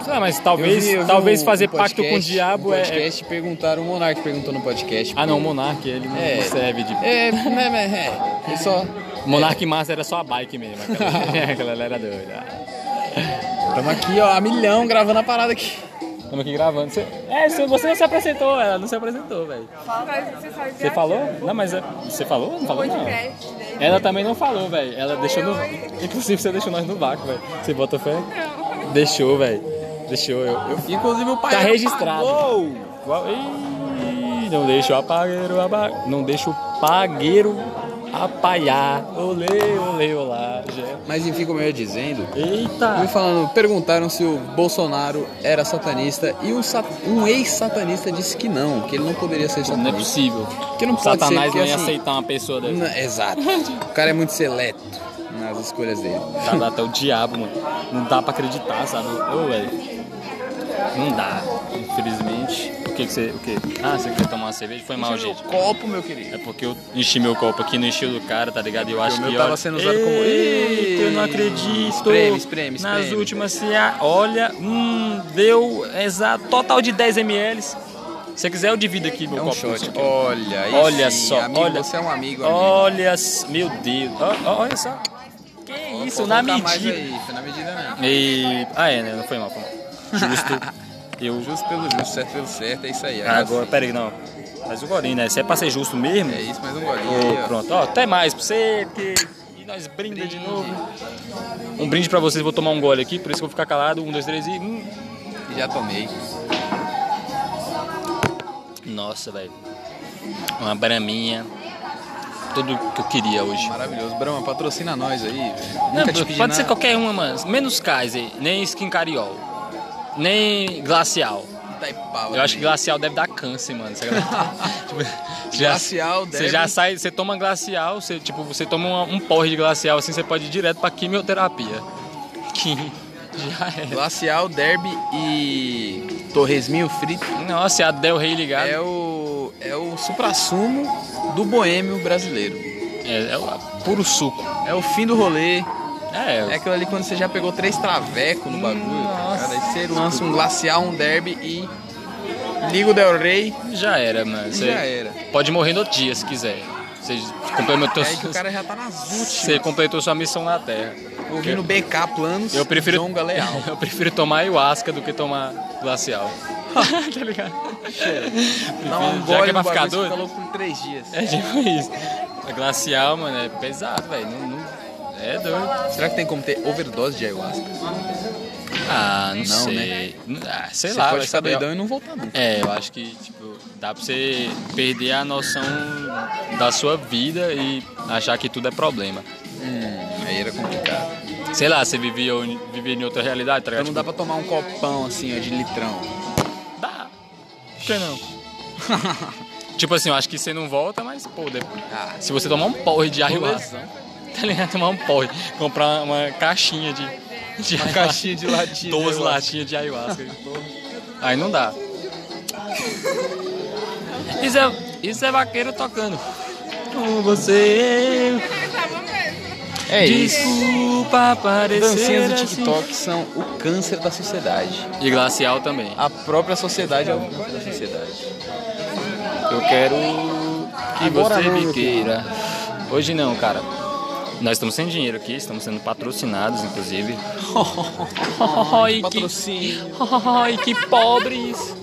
S1: Sei lá, mas talvez,
S2: Eu vi- eu vi
S1: talvez
S2: um-
S1: fazer
S2: um
S1: pacto com o
S2: podcast-
S1: diabo
S2: um
S1: é- é,
S2: podcast perguntaram, o Monark perguntou no podcast.
S1: Ah, não, o Monark, ele não
S2: É.
S1: não serve de.
S2: É, né, né, é. Ele só.
S1: Monark Master era só a bike mesmo, <laughs> aquela, aquela galera doida.
S2: Tamo aqui, ó, a milhão gravando a parada aqui.
S1: Estamos aqui gravando. Você... É, você- você não se apresentou, ela não se apresentou, velho.
S3: né?
S1: Você falou? Não, mas é- você falou? Não falou, não.
S3: né?
S1: Ela também não falou, velho. Ela deixou no. Inclusive, você deixou nós no vácuo, velho. Você bota fé? Não. Deixou, velho. Deixou eu. eu...
S2: Inclusive o pai.
S1: Tá registrado. Qual- Ih, Não deixa o apagueiro apagar. Não deixa o pagueiro apaiar. Olê, olê, olá. já.
S2: Mas enfim, como eu ia dizendo, me
S1: Eita!
S2: falando, perguntaram se o Bolsonaro era satanista e um, sa- um ex-satanista disse que não, que ele não poderia
S1: Não
S2: ser
S1: é
S2: satanista.
S1: possível.
S2: Que não pode ser,
S1: Satanás
S2: porque,
S1: não ia
S2: assim,
S1: aceitar uma pessoa dessa.
S2: Na- Exato. O cara é muito seleto nas escolhas dele.
S1: Tá lá, até o diabo, mano. Não dá pra acreditar, sabe? Ô, velho. Não dá, infelizmente. O que que você. O que? Ah, você quer tomar uma cerveja? Foi mal, gente.
S2: Copo, meu querido.
S1: É porque eu enchi meu copo aqui, não enchi o do cara, tá ligado? E eu acho
S2: meu
S1: que.
S2: tava
S1: olha-
S2: sendo usado como-
S1: Eita, eu não acredito.
S2: Espreme, espreme,
S1: Nas
S2: espreme.
S1: últimas, se a... olha, hum, deu exato, total de 10 ml. Se você quiser, eu divido aqui meu
S2: É um
S1: copo.
S2: shot. Olha, aí
S1: Olha
S2: sim,
S1: só,
S2: amigo,
S1: olha.
S2: Você é um amigo, amigo.
S1: Olha, s- meu Deus. Ó, ó, olha só. Que isso,
S2: Pode
S1: na
S2: colocar mais
S1: medida.
S2: aí, foi na medida mesmo.
S1: E... Ah, é, né? Não foi mal, foi mal.
S2: <laughs>
S1: Justo. eu.
S2: Justo pelo justo, certo pelo certo, é isso aí.
S1: Agora, peraí, não. Mas o golinho, né? Se é pra ser justo mesmo.
S2: É isso, mais um golinho
S1: Ô,
S2: aí, ó.
S1: pronto, ó, até mais pra você. Que... E nós brinda de novo. Um brinde pra vocês, vou tomar um gole aqui, por isso que eu vou ficar calado. Um, dois, três e. Hum.
S2: Já tomei.
S1: Nossa, velho. Uma braminha. Tudo que eu queria hoje.
S2: Maravilhoso. Brahma, patrocina nós aí, velho.
S1: Não,
S2: Nunca te
S1: pode
S2: pedi
S1: ser
S2: nada.
S1: qualquer uma, mano. Menos Kaiser, nem Skin Cariol, nem Glacial.
S2: Tá Itaipava
S1: Eu acho que
S2: também.
S1: glacial deve dar câncer, mano.
S2: <laughs>
S1: Você tipo, você já-
S2: Glacial
S1: Você
S2: deve-
S1: já sai, você toma glacial, você, tipo, você toma uma- um porre de glacial, assim, você pode ir direto pra quimioterapia. <laughs> Que já é.
S2: Glacial, Derby e Torresminho Frito
S1: Nossa, é a Del Rey ligado.
S2: é o, é o suprassumo do boêmio brasileiro.
S1: É, é o puro suco.
S2: É o fim do rolê. É
S1: É,
S2: aquilo ali quando você já pegou três travecos no bagulho.
S1: Hum, Nossa.
S2: Cara, aí você lança um glacial, um derby e liga o Del Rey.
S1: já era, mano. Você
S2: É Já era.
S1: Pode morrer no dia, se quiser. Você complementou,
S2: É aí que o
S1: sua-
S2: cara já tá nas
S1: você
S2: últimas.
S1: completou sua missão na Terra.
S2: Ouvindo BK planos.
S1: Eu prefiro,
S2: Jonga Leal.
S1: <laughs> eu prefiro tomar ayahuasca do que tomar
S2: <laughs>
S1: glacial. tá ligado?
S2: Dá
S1: Já
S2: um
S1: que
S2: gole
S1: é pra ficar
S2: no bagulho, você fica
S1: doido?
S2: louco por três dias.
S1: É tipo isso. A glacial, mano, é pesado, velho. Não, não- É doido.
S2: Será que tem como ter overdose de ayahuasca?
S1: Ah, não,
S2: Não, né?
S1: sei. Ah, sei
S2: você
S1: lá,
S2: pode
S1: vai
S2: ficar
S1: saber.
S2: doidão e não voltar nunca.
S1: É, eu acho que, tipo, dá pra você perder a noção da sua vida e achar que tudo é problema.
S2: Hum, aí era complicado.
S1: Sei lá, você vivia, em- vivia em outra realidade, tá
S2: Então
S1: ligado?
S2: não dá pra tomar um copão assim, ó, de litrão.
S1: Tipo, Dá. Por que
S2: <laughs>
S1: não? tipo assim, eu acho que você não volta, mas, pô, depois...
S2: Ah,
S1: Se você tomar um porre de ayahuasca,
S2: Lesão.
S1: <laughs> tá ligado? Tomar um porre, comprar uma caixinha de. de <laughs>
S2: Uma caixinha de latinha.
S1: Duas
S2: lá.
S1: latinhas de ayahuasca. Aí não
S2: <laughs>
S1: dá. Isso é, isso é vaqueiro tocando. Com você,
S2: É isso.
S1: desculpa
S2: Dancinhas
S1: aparecer
S2: do
S1: assim.
S2: TikTok são o câncer da sociedade.
S1: E glacial também.
S2: A própria sociedade é o câncer da sociedade.
S1: Eu quero que
S2: Agora
S1: você
S2: não,
S1: me
S2: meu
S1: queira. Hoje não, cara. Nós estamos sem dinheiro aqui, estamos sendo patrocinados, inclusive. Ai,
S2: <laughs> Patrocínio.
S1: Ai, que pobres.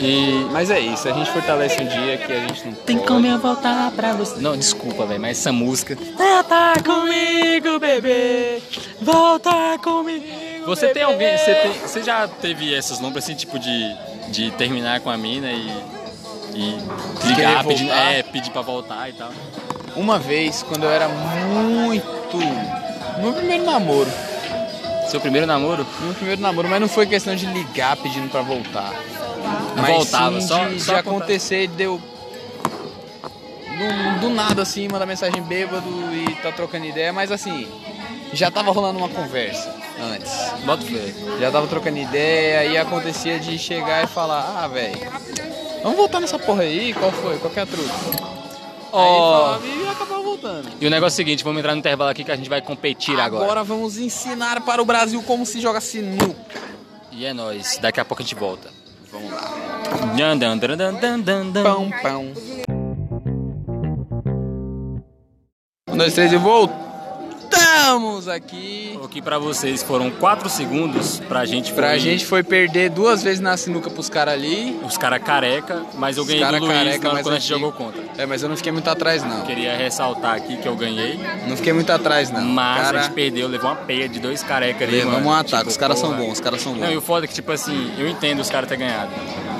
S1: E
S2: Mas é isso, a gente fortalece um dia
S1: É
S2: que a gente não
S1: Tem
S2: pode.
S1: como eu voltar pra você. Não, desculpa, velho, mas essa música. Volta comigo, bebê. Volta comigo. Você tem alguém. Você, tem- você já teve essas lombras assim, tipo, de, de terminar com a mina e. e ligar,
S2: Querer
S1: pedir,
S2: voltar?
S1: é, pedir pra voltar e tal.
S2: Uma vez, quando eu era muito. Meu primeiro namoro.
S1: Seu primeiro namoro?
S2: Meu primeiro namoro, mas não foi questão de ligar pedindo pra voltar. Mas
S1: Voltava,
S2: sim
S1: só-
S2: de,
S1: só
S2: de
S1: contar.
S2: acontecer de eu. Do, do nada assim, mandar mensagem bêbado e tá trocando ideia, mas assim, já tava rolando uma conversa antes.
S1: Bota fé.
S2: Já tava trocando ideia e acontecia de chegar e falar, ah, velho, vamos voltar nessa porra aí, qual foi? Qual que é a truque?
S1: Ó.
S2: Aí falava e acabava voltando.
S1: E o negócio é o seguinte, vamos entrar no intervalo aqui que a gente vai competir agora.
S2: Agora vamos ensinar para o Brasil como se joga sinuca.
S1: E é nóis, daqui a pouco a gente volta.
S2: Vamos lá.
S1: Dan, dan, dan, dan, dan, dan, dan.
S2: Pão, pão. Um, dois, três e voltamos aqui.
S1: O que pra vocês foram 4 segundos, pra gente
S2: Pra
S1: foi-
S2: gente foi perder duas vezes na sinuca pros caras ali.
S1: Os caras careca, mas eu
S2: Os
S1: ganhei do
S2: cara
S1: Luiz
S2: careca,
S1: na hora
S2: mas
S1: quando a gente
S2: antigo.
S1: jogou contra.
S2: É, mas eu não fiquei muito atrás, não.
S1: Queria ressaltar aqui que eu ganhei,
S2: Não fiquei muito atrás, não.
S1: mas a
S2: cara,
S1: gente perdeu, levou uma peia de dois careca ali,
S2: levamos
S1: mano.
S2: um ataque.
S1: Tipo,
S2: os caras são
S1: porra.
S2: bons, os caras são
S1: Não, e
S2: bons.
S1: o foda é que, tipo assim, eu entendo os caras ter ganhado.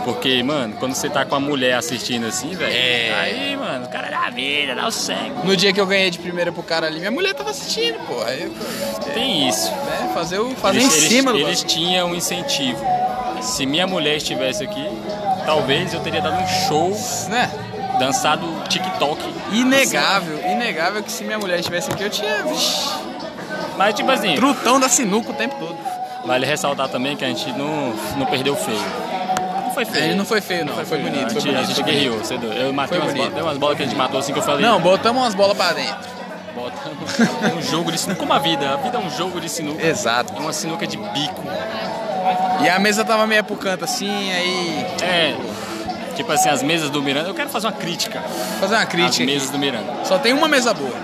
S1: Porque, mano, quando você tá com a mulher assistindo assim, velho.
S2: É.
S1: Aí, mano, o cara dá vida, dá o sangue.
S2: No dia que eu ganhei de primeira pro cara ali, minha mulher tava assistindo, pô. Aí eu,
S1: Tem isso.
S2: né, fazer o, fazer
S1: eles,
S2: em cima do
S1: eles, eles tinham um incentivo. Se minha mulher estivesse aqui, talvez eu teria dado um show,
S2: né?
S1: dançado TikTok.
S2: Inegável, inegável que se minha mulher estivesse aqui, eu tinha vixi,
S1: Mas, tipo assim.
S2: trutão da sinuca o tempo todo.
S1: Vale ressaltar também que a gente não, não perdeu feio. Não foi
S2: É, não foi feio, não. Foi,
S1: a
S2: bonito, foi
S1: gente, a
S2: bonito.
S1: gente
S2: foi bonito.
S1: guerreou, cedo. Eu matei
S2: Foi
S1: umas bolas,
S2: bonito.
S1: deu umas bolas que a gente matou assim que eu falei.
S2: Não, botamos umas bolas pra dentro.
S1: bota um jogo de sinuca. Como a vida, a vida é um jogo de sinuca.
S2: Exato.
S1: É uma sinuca de bico.
S2: E a mesa tava meio pro canto assim, aí.
S1: É. Tipo assim, as mesas do Miranda. Eu quero fazer uma crítica.
S2: Fazer uma
S1: As
S2: crítica. aqui.
S1: mesas do Miranda.
S2: Só tem uma mesa boa.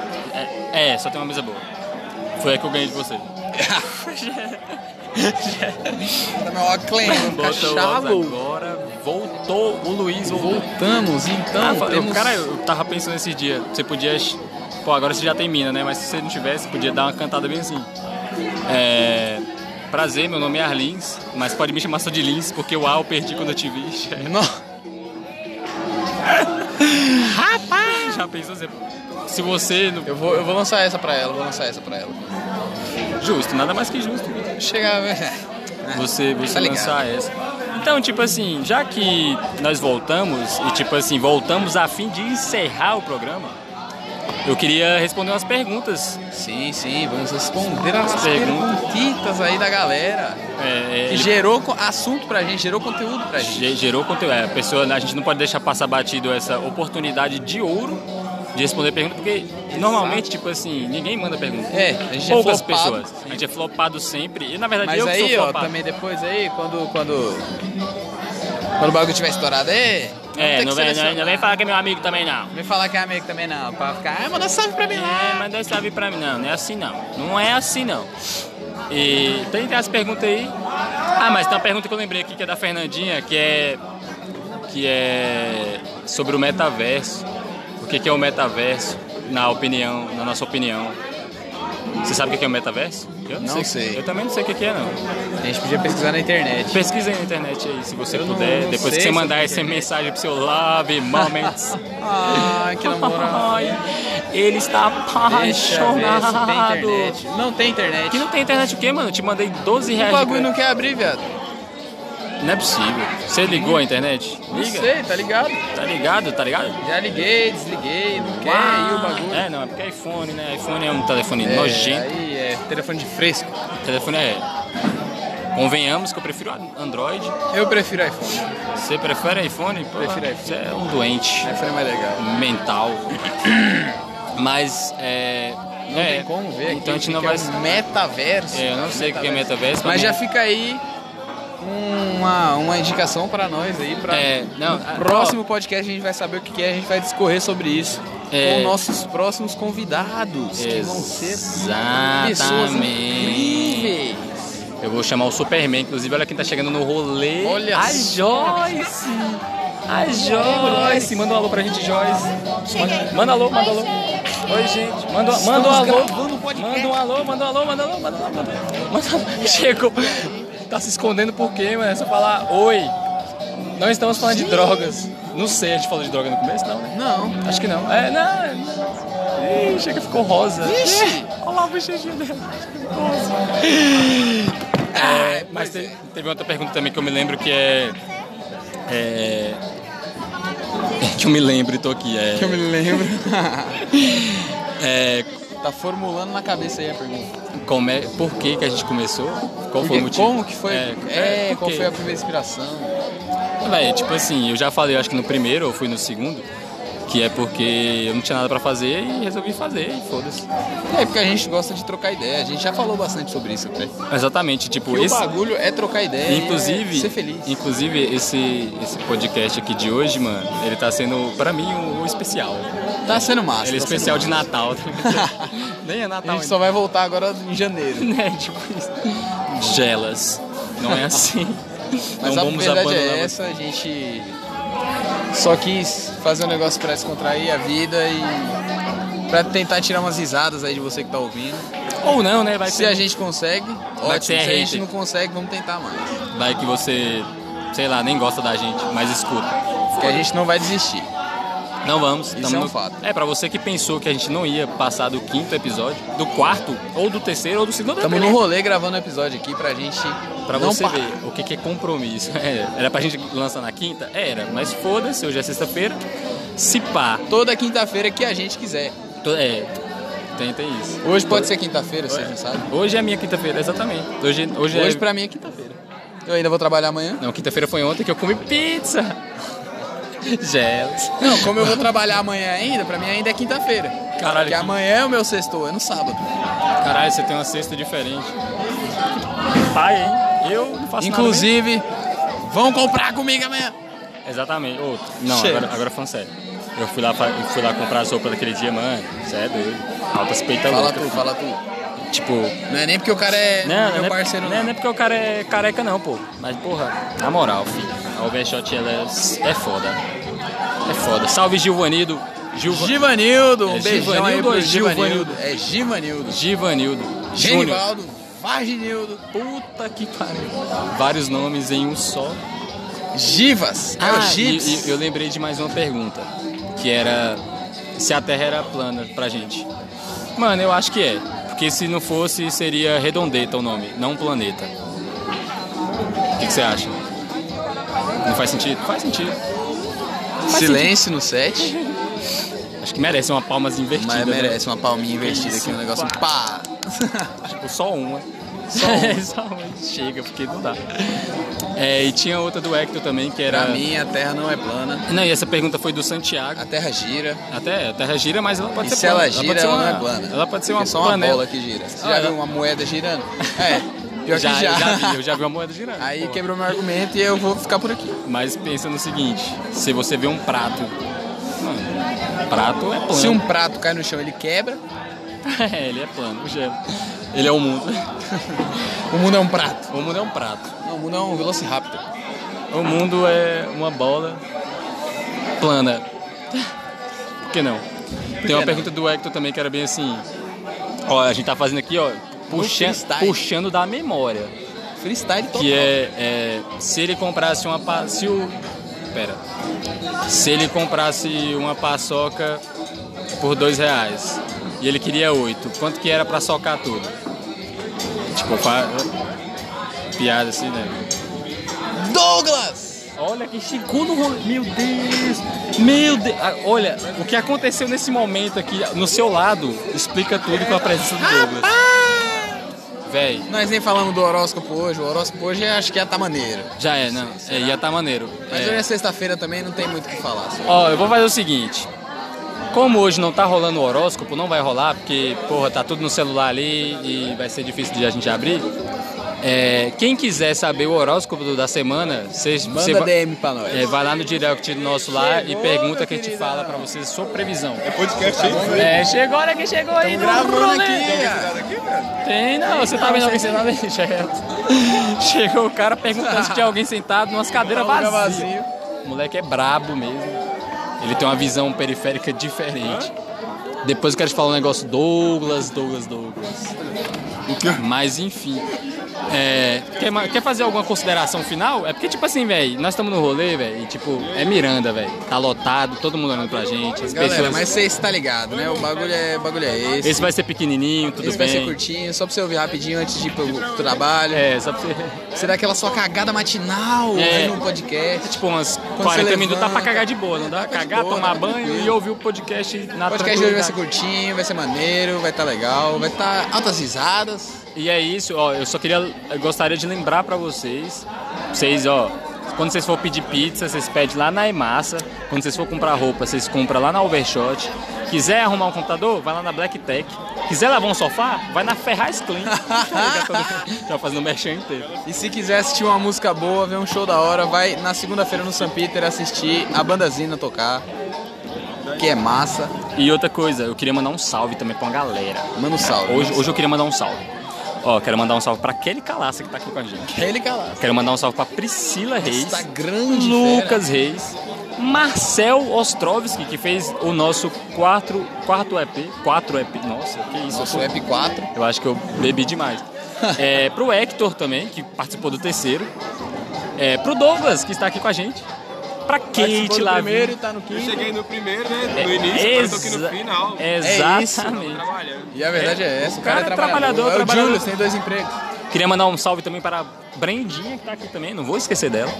S1: É, é, só tem uma mesa boa. Foi a que eu ganhei de você.
S2: Tá meu ó, Clem,
S1: Bota o Oz
S2: cachavo.
S1: agora. Voltou o Luiz, voltou.
S2: Voltamos, então.
S1: Ah, fa- eu-
S2: temos...
S1: Cara, eu tava pensando esses dias, você podia. Pô, agora você já tem mina, né? Mas se você não tivesse, podia dar uma cantada bem assim. É. Prazer, meu nome é Arlins, mas pode me chamar só de Lins, porque o A eu perdi quando eu te vi.
S2: Não.
S1: <laughs> já pensou? Você- Se você. não-
S2: Eu vou, eu vou lançar essa pra ela, vou lançar essa pra ela.
S1: Justo, nada mais que justo.
S2: Chegar, velho.
S1: Você, você
S2: Tá ligado.
S1: lançar essa. Então, tipo assim, já que nós voltamos, e tipo assim, voltamos a fim de encerrar o programa, eu queria responder umas perguntas.
S2: Sim, sim, vamos responder as
S1: perguntas.
S2: perguntitas aí da galera.
S1: É, é,
S2: Que
S1: ele
S2: gerou co- assunto pra gente, gerou conteúdo pra gente.
S1: ge- gerou conteúdo. É, a, pessoa, a gente não pode deixar passar batido essa oportunidade de ouro de responder pergunta, porque normalmente, tipo assim, ninguém manda pergunta.
S2: É, a gente é
S1: Poucas
S2: flopado,
S1: pessoas. A gente é flopado sempre. E na verdade
S2: Mas
S1: eu que
S2: aí,
S1: sou
S2: ó,
S1: flopado.
S2: também depois aí, quando. Quando, quando o bagulho tiver estourado aí. vamos ter
S1: É,
S2: que
S1: não vem, não,
S2: selecionar.
S1: não vem falar que é meu amigo também, não.
S2: Vem falar que é amigo também não, pra ficar. Ah, manda salve pra mim
S1: É,
S2: lá.
S1: mas deve saber pra mim, não, não é assim não. Não é assim não. E tem tem as perguntas aí. Ah, mas tem uma pergunta que eu lembrei aqui que é da Fernandinha, que é. que é sobre o metaverso. O que, que é o metaverso, na opinião, na nossa opinião. Você sabe o que que é o metaverso? Eu
S2: Não sei.
S1: Eu também não sei o que que é, não.
S2: A gente podia pesquisar na internet.
S1: Pesquisa aí na internet aí, se você
S2: Eu não-
S1: puder.
S2: não
S1: Depois que você
S2: sei
S1: mandar
S2: sobre
S1: essa
S2: internet.
S1: mensagem pro seu Love
S2: <laughs>
S1: Moments.
S2: Ah,
S1: <laughs>
S2: que namorado.
S1: Ai, Ele está
S2: Deixa eu ver se tem
S1: apaixonado.
S2: internet. Não tem internet.
S1: Aqui não tem internet o quê, mano? Eu te mandei 12
S2: O
S1: reais. de
S2: bagulho não
S1: crédito.
S2: quer abrir, viado.
S1: Não é possível. Você ligou a internet?
S2: Não
S1: Liga.
S2: sei, tá ligado?
S1: Tá ligado, tá ligado?
S2: Já liguei, desliguei, não quer
S1: Ah,
S2: e o bagulho.
S1: É, não, é porque é iPhone, né? iPhone é um telefone
S2: É,
S1: nojento.
S2: Aí é telefone de fresco.
S1: Telefone é. Convenhamos que eu prefiro a- Android.
S2: Eu prefiro iPhone.
S1: Você prefere iPhone? Pô,
S2: Prefiro iPhone.
S1: Você é um doente
S2: iPhone é mais legal.
S1: mental. Mas é.
S2: Não
S1: é,
S2: tem como ver.
S1: Então a gente não
S2: que é
S1: vai.
S2: um metaverso.
S1: É, eu não sei o que é metaverso,
S2: Mas
S1: mas-
S2: já fica aí uma, uma indicação pra nós aí. Pra...
S1: É, não. ah,
S2: Próximo podcast a gente vai saber o que que é, a gente vai discorrer sobre isso
S1: É.
S2: com nossos próximos convidados, que vão ser pessoas
S1: Exatamente.
S2: incríveis.
S1: Eu vou chamar o Superman, inclusive, olha quem tá chegando no rolê.
S2: Olha
S1: a
S2: só.
S1: Joyce! A Joyce! Manda um alô pra gente, Joyce. Manda, manda alô, manda alô. Oi, gente. Manda, manda um alô. Manda um alô, manda um alô, manda um alô, manda um alô. Manda um alô. <laughs> Chegou. Tá se escondendo por quê, mano? É só falar oi. Não estamos falando de drogas. Não sei, a gente falou de droga no começo, não, né?
S2: Não.
S1: Acho que não. É, não. Ih, chega, ficou rosa. Ixi. Olha lá o bochechinho dela. Ficou rosa. É, mas te- teve outra pergunta também que eu me lembro que é. É. <laughs> é que eu me lembro e tô aqui. É,
S2: Que eu me lembro. <laughs>
S1: é,
S2: tá formulando na cabeça aí a pergunta.
S1: como é- por que, que a gente começou? Qual foi
S2: Porque
S1: o motivo?
S2: Como que foi?
S1: É,
S2: É,
S1: por
S2: qual
S1: quê?
S2: foi a primeira inspiração?
S1: Véi, tipo assim, eu já falei, eu acho que no primeiro ou fui no segundo, que é porque eu não tinha nada pra fazer e resolvi fazer, e foda-se.
S2: É porque a gente gosta de trocar ideia. A gente já falou bastante sobre isso até.
S1: Exatamente, tipo,
S2: Que
S1: esse.
S2: o bagulho é trocar ideia. e
S1: Inclusive,
S2: é ser feliz.
S1: inclusive esse, esse podcast aqui de hoje, mano, ele tá sendo, pra mim, um, um especial.
S2: Tá sendo massa.
S1: ele é
S2: tá sendo
S1: especial de
S2: massa.
S1: Natal. tá ligado?
S2: <laughs>
S1: Nem é
S2: A
S1: Natal
S2: gente só
S1: ainda.
S2: vai voltar agora em janeiro.
S1: Né, tipo isso. Gelas. Não é
S2: <laughs>
S1: assim.
S2: Mas
S1: Não
S2: a
S1: vamos
S2: verdade
S1: abandonar
S2: é
S1: você.
S2: essa, a gente só quis fazer um negócio pra descontrair a vida e pra tentar tirar umas risadas aí de você que tá ouvindo.
S1: Ou não, né? Vai
S2: Se
S1: que-
S2: a gente consegue, ótimo. Se
S1: ter
S2: a gente
S1: hater.
S2: não consegue, vamos tentar mais.
S1: Vai que você, sei lá, nem gosta da gente, mas escuta.
S2: Porque a gente não vai desistir.
S1: Não vamos.
S2: Isso
S1: tamo
S2: é um
S1: no-
S2: fato.
S1: É, pra você que pensou que a gente não ia passar do quinto episódio, do quarto, ou do terceiro, ou do segundo. né?
S2: Estamos no rolê gravando o episódio aqui pra gente
S1: Pra
S2: não
S1: você
S2: parar.
S1: ver o que, que é compromisso. <laughs> É, era pra gente lançar na quinta? Era, mas foda-se, hoje é sexta-feira. Se pá.
S2: Toda quinta-feira que a gente quiser.
S1: To- É, tenta isso.
S2: Hoje pode ser quinta-feira, vocês não sabem.
S1: Hoje é a minha quinta-feira, exatamente. Hoje, hoje,
S2: Hoje
S1: é...
S2: pra mim é quinta-feira. Eu ainda vou trabalhar amanhã.
S1: Não, quinta-feira foi ontem que eu comi pizza. <laughs> Gelas.
S2: Não, como eu vou trabalhar amanhã ainda, pra mim ainda é quinta-feira.
S1: Caralho,
S2: Porque
S1: que-
S2: amanhã é o meu sexto, é no sábado.
S1: Caralho, você tem uma cesta diferente. Pai, hein? Eu não faço
S2: Inclusive, vão comprar comigo amanhã.
S1: nada. mesmo. Exatamente. Ô, não,
S2: Chega.
S1: agora, agora falando sério. Eu fui lá, fa- eu fui lá comprar as roupas daquele dia, mano. Você é doido. Altas peitas
S2: Fala
S1: loucas.
S2: tu, fala tu.
S1: Tipo,
S2: Não é nem porque o cara é
S1: Não,
S2: meu
S1: não, é-
S2: parceiro,
S1: não, é-
S2: não.
S1: não é porque o cara é careca não, pô. Mas, porra, na moral, filho. A Overshot, ela é, é foda. É foda. Salve, Gilvanildo. Gilva...
S2: Givanildo, um
S1: É
S2: beijão aí
S1: Givanildo
S2: pro
S1: ou
S2: Givanildo. É Givanildo.
S1: Givanildo. Júnior.
S2: Genivaldo, Varginildo,
S1: Puta que pariu. Vários nomes em um só.
S2: Givas. É o
S1: Ah, e,
S2: Gips.
S1: e eu lembrei de mais uma pergunta. Que era... se a Terra era plana pra gente. Mano, eu acho que é. Porque se não fosse, seria redondeta o nome, não planeta. O que, que você acha? Não faz sentido? Faz sentido.
S2: Silêncio no set.
S1: Acho que merece uma palmas invertida.
S2: Mas
S1: né?
S2: merece uma palminha invertida aqui, um negócio <laughs> pá!
S1: Tipo, só
S2: <laughs>
S1: uma. Só uma. Chega, porque não dá. É, e tinha outra do Hector também, que era...
S2: Pra mim, a Terra não é plana,
S1: Não, e essa pergunta foi do Santiago.
S2: a Terra gira.
S1: Até, a Terra gira, mas ela pode
S2: E
S1: ser
S2: se ela
S1: plana. pode
S2: gira,
S1: ser
S2: ela
S1: uma-
S2: não é plana.
S1: Ela pode ser uma
S2: É só uma
S1: panela.
S2: bola que gira. Você
S1: Ah,
S2: já
S1: é.
S2: viu uma moeda girando? É, pior
S1: já,
S2: que
S1: eu
S2: já.
S1: já vi, eu já vi uma moeda girando.
S2: Aí
S1: pô.
S2: quebrou meu argumento e eu vou ficar por aqui.
S1: Mas pensa no seguinte, se você vê um prato... Mano, prato é plano.
S2: Se um prato cai no chão, ele quebra.
S1: <laughs> É, ele é plano, já. Ele é o mundo.
S2: O mundo é um prato.
S1: O mundo é um prato.
S2: Não, o mundo é um velociraptor.
S1: O mundo é uma bola plana. Por que não? Tem uma
S2: não?
S1: pergunta do Hector também que era bem assim. Ó, a gente tá fazendo aqui, ó, puxa,
S2: Um freestyle.
S1: puxando da memória.
S2: Freestyle total.
S1: Que é, é, se ele comprasse uma pa- se o pera se ele comprasse uma paçoca por dois reais e ele queria oito quanto que era pra socar tudo tipo fa- piada assim né
S2: Douglas!
S1: olha que segundo ro- meu Deus meu Deus Ah, olha o que aconteceu nesse momento aqui no seu lado explica tudo com a presença do Douglas véi
S2: Ah! Nós nem falamos do horóscopo hoje. O horóscopo hoje é- acho que é a tá maneiro.
S1: já é não é, ia tá maneiro
S2: Mas
S1: É.
S2: hoje é sexta-feira também, não tem muito o que falar. só.
S1: Ó, eu vou fazer o seguinte. Como hoje não tá rolando o horóscopo, não vai rolar, porque, porra, tá tudo no celular ali e vai ser difícil de a gente abrir. É, quem quiser saber o horóscopo do- da semana, vocês
S2: Manda
S1: cê va-
S2: DM pra nós.
S1: é, vai lá no direct nosso lá e pergunta que a gente fala pra vocês sua previsão. É podcast isso? É, chegou a hora que chegou aí,
S2: Gravando
S1: rolê.
S2: aqui, cara.
S1: Tem, não, você tá vendo alguém sentado aí, Jeff? <laughs> Chegou o cara perguntando se tinha alguém sentado numa cadeira
S2: um Lugar
S1: vazia.
S2: Tá vazio.
S1: O moleque é brabo mesmo. Ele tem uma visão periférica diferente. Depois eu quero te falar um negócio Douglas, Douglas, Douglas. Mas enfim. É, quer, ma- quer fazer alguma consideração final? É porque, tipo assim, velho, nós estamos no rolê, velho, e tipo, é Miranda, velho. Tá lotado, todo mundo olhando pra gente. As
S2: Galera,
S1: pessoas.
S2: mas você está ligado, né? O bagulho é, o bagulho é esse.
S1: Esse vai ser pequenininho, tudo
S2: Esse vai
S1: bem.
S2: ser curtinho, só pra você ouvir rapidinho antes de ir pro pro trabalho.
S1: É, só pra você.
S2: Você dá aquela sua cagada matinal
S1: É.
S2: ouvindo um
S1: <laughs>
S2: podcast.
S1: Tipo, umas
S2: você
S1: 40
S2: levanta,
S1: minutos dá pra cagar de boa, não dá?
S2: caga de
S1: Cagar,
S2: boa,
S1: tomar
S2: tá
S1: banho
S2: tranquilo.
S1: e ouvir o podcast na
S2: O podcast de hoje vai ser
S1: tranquilidade.
S2: curtinho, vai ser maneiro, vai estar legal, vai estar altas risadas.
S1: E é isso, ó, eu só queria, eu gostaria de lembrar pra vocês, vocês, ó, quando vocês for pedir pizza, vocês pedem lá na Emassa, quando vocês for comprar roupa, vocês compram lá na Overshot, quiser arrumar um computador, vai lá na Black Tech, quiser lavar um sofá, vai na Ferraz Clean, Tá <laughs> já fazendo merchan inteiro.
S2: E se quiser assistir uma música boa, ver um show da hora, vai na segunda-feira no São Peter assistir a banda Zina tocar, que é massa.
S1: E outra coisa, eu queria mandar um salve também pra uma galera,
S2: Manda um salve.
S1: hoje, hoje eu queria mandar um salve, ó, quero mandar um salve pra Kelly Calaça que tá aqui com a gente.
S2: Ele calado.
S1: Quero mandar um salve pra Priscila Reis.
S2: Está grande,
S1: Lucas Reis. Marcel Ostrovski, que fez o nosso quatro, quarto EP. Quatro EP. Nossa, que isso.
S2: Nosso
S1: eu,
S2: Web 4.
S1: eu acho que eu bebi demais. É, pro Hector também, que participou do terceiro. É, pro Douglas, que está aqui com a gente. Pra Kate lá.
S2: primeiro e tá no quinto.
S5: Cheguei no primeiro, né?
S1: É,
S5: No início, agora eu tô aqui no final.
S2: isso.
S1: Exatamente.
S5: Trabalhando.
S2: E a verdade é, essa, o cara,
S1: cara
S2: é
S1: é trabalhador,
S2: trabalhador. É o
S1: trabalhador.
S2: Júlio, tem dois empregos.
S1: Queria mandar um salve também para a Brendinha, que tá aqui também. Não vou esquecer dela.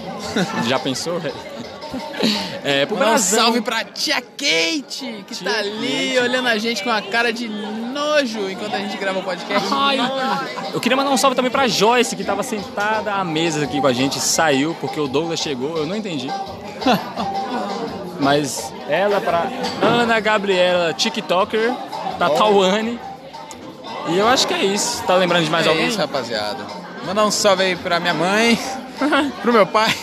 S1: Já pensou? velho? É, pro
S2: Mandar um
S1: Brazão.
S2: salve pra tia Kate, que
S1: Tia
S2: tá ali
S1: Kate.
S2: olhando a gente com a cara de nojo enquanto a gente grava o podcast.
S1: Ai, eu queria mandar um salve também pra Joyce, que tava sentada à mesa aqui com a gente, saiu porque o Douglas chegou, eu não
S2: <laughs>
S1: entendi. Mas ela pra Ana Gabriela, TikToker, da Tawane. E eu acho que é isso. Tá lembrando de mais
S2: é
S1: alguém?
S2: isso, rapaziada. Mandar um salve aí pra minha
S1: <laughs>
S2: mãe, pro meu pai.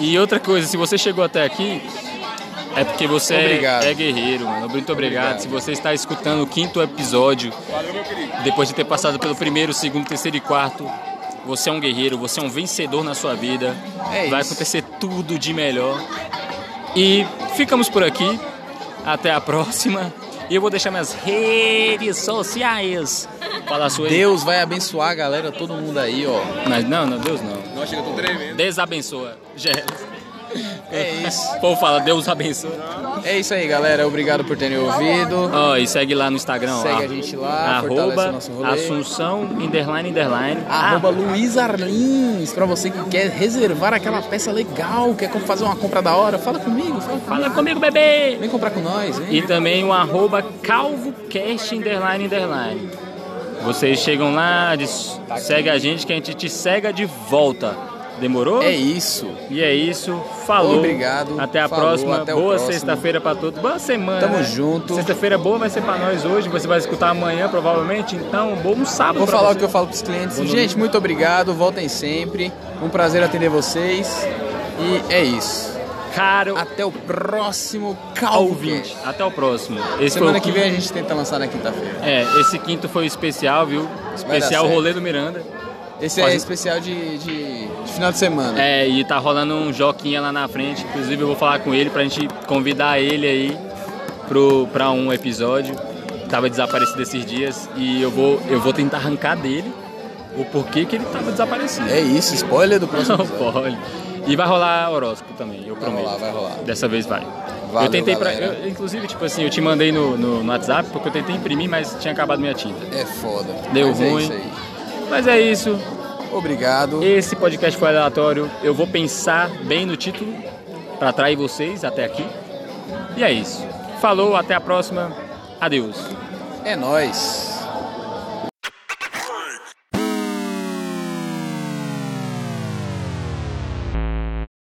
S1: E outra coisa, se você chegou até aqui, é porque você é-
S2: Obrigado.
S1: é guerreiro, mano. Muito obrigado.
S2: Obrigado.
S1: Se você está escutando o quinto episódio, depois de ter passado pelo primeiro, segundo, terceiro e quarto, você é um guerreiro, você é um vencedor na sua vida.
S2: É
S1: Vai
S2: isso.
S1: acontecer tudo de melhor. E ficamos por aqui. Até a próxima. E eu vou deixar minhas redes sociais. Fala a sua aí.
S2: Deus vai abençoar a galera, todo mundo aí, ó.
S1: Mas não, não, Deus não.
S5: Nossa, chega, eu tô tremendo.
S1: Desabençoa. Gé.
S2: É isso.
S1: O povo fala, Deus abençoe.
S2: É isso aí, galera. Obrigado por terem ouvido.
S1: Ó, e segue lá no Instagram.
S2: Segue
S1: ó,
S2: a gente lá, fortalece o
S1: Arroba
S2: nosso rolê.
S1: Assunção, underline, underline. Ah,
S2: Arroba Luiz Arlins, pra você que quer reservar aquela peça legal, quer co- fazer uma compra da hora, fala comigo, fala comigo.
S1: Fala comigo, bebê!
S2: Vem comprar com nós, hein?
S1: E também o arroba calvocast underline underline. Vocês chegam lá, diz-
S2: Tá
S1: segue a gente que a gente te cega de volta. Demorou?
S2: É isso.
S1: E é isso. Falou.
S2: Obrigado.
S1: Até a
S2: Falou,
S1: próxima.
S2: até o
S1: boa
S2: próximo.
S1: sexta-feira pra todos. Boa semana.
S2: Tamo
S1: né?
S2: junto.
S1: Sexta-feira boa vai ser pra nós hoje. Você vai escutar amanhã, provavelmente. Então, bom sábado.
S2: Vou
S1: pra
S2: falar o
S1: você.
S2: que eu falo pros clientes.
S1: Bom
S2: Gente, muito obrigado, voltem sempre. Um prazer atender vocês. E é isso.
S1: Caro
S2: Até o próximo
S1: ouvinte.
S2: Calvin.
S1: Até o próximo. Esse foi
S2: Semana
S1: o
S2: que vem a gente tenta lançar na quinta-feira.
S1: É, esse quinto foi especial, viu? Especial
S2: certo.
S1: rolê do Miranda.
S2: Esse
S1: Pode-
S2: é especial de, de- de final de semana.
S1: É, e tá rolando um joquinha lá na frente. Inclusive eu vou falar com ele pra gente convidar ele aí pro, pra um episódio. Tava desaparecido esses dias e eu vou, eu vou tentar arrancar dele o porquê que ele tava desaparecido. <laughs>
S2: É isso, spoiler do próximo
S1: Não
S2: episódio.
S1: pode. E vai rolar horóscopo também, eu prometo.
S2: rolar, vai rolar.
S1: Dessa vez vai.
S2: Valeu,
S1: eu tentei pra,
S2: galera.
S1: eu- Inclusive, tipo assim, eu te mandei no, no, no WhatsApp porque eu tentei imprimir, mas tinha acabado minha tinta.
S2: É foda.
S1: Deu
S2: Mas
S1: ruim.
S2: É isso aí.
S1: Mas é isso.
S2: Obrigado.
S1: Esse podcast foi aleatório. Eu vou pensar bem no título para atrair vocês até aqui. E é isso. Falou, até a próxima. Adeus.
S2: É nóis.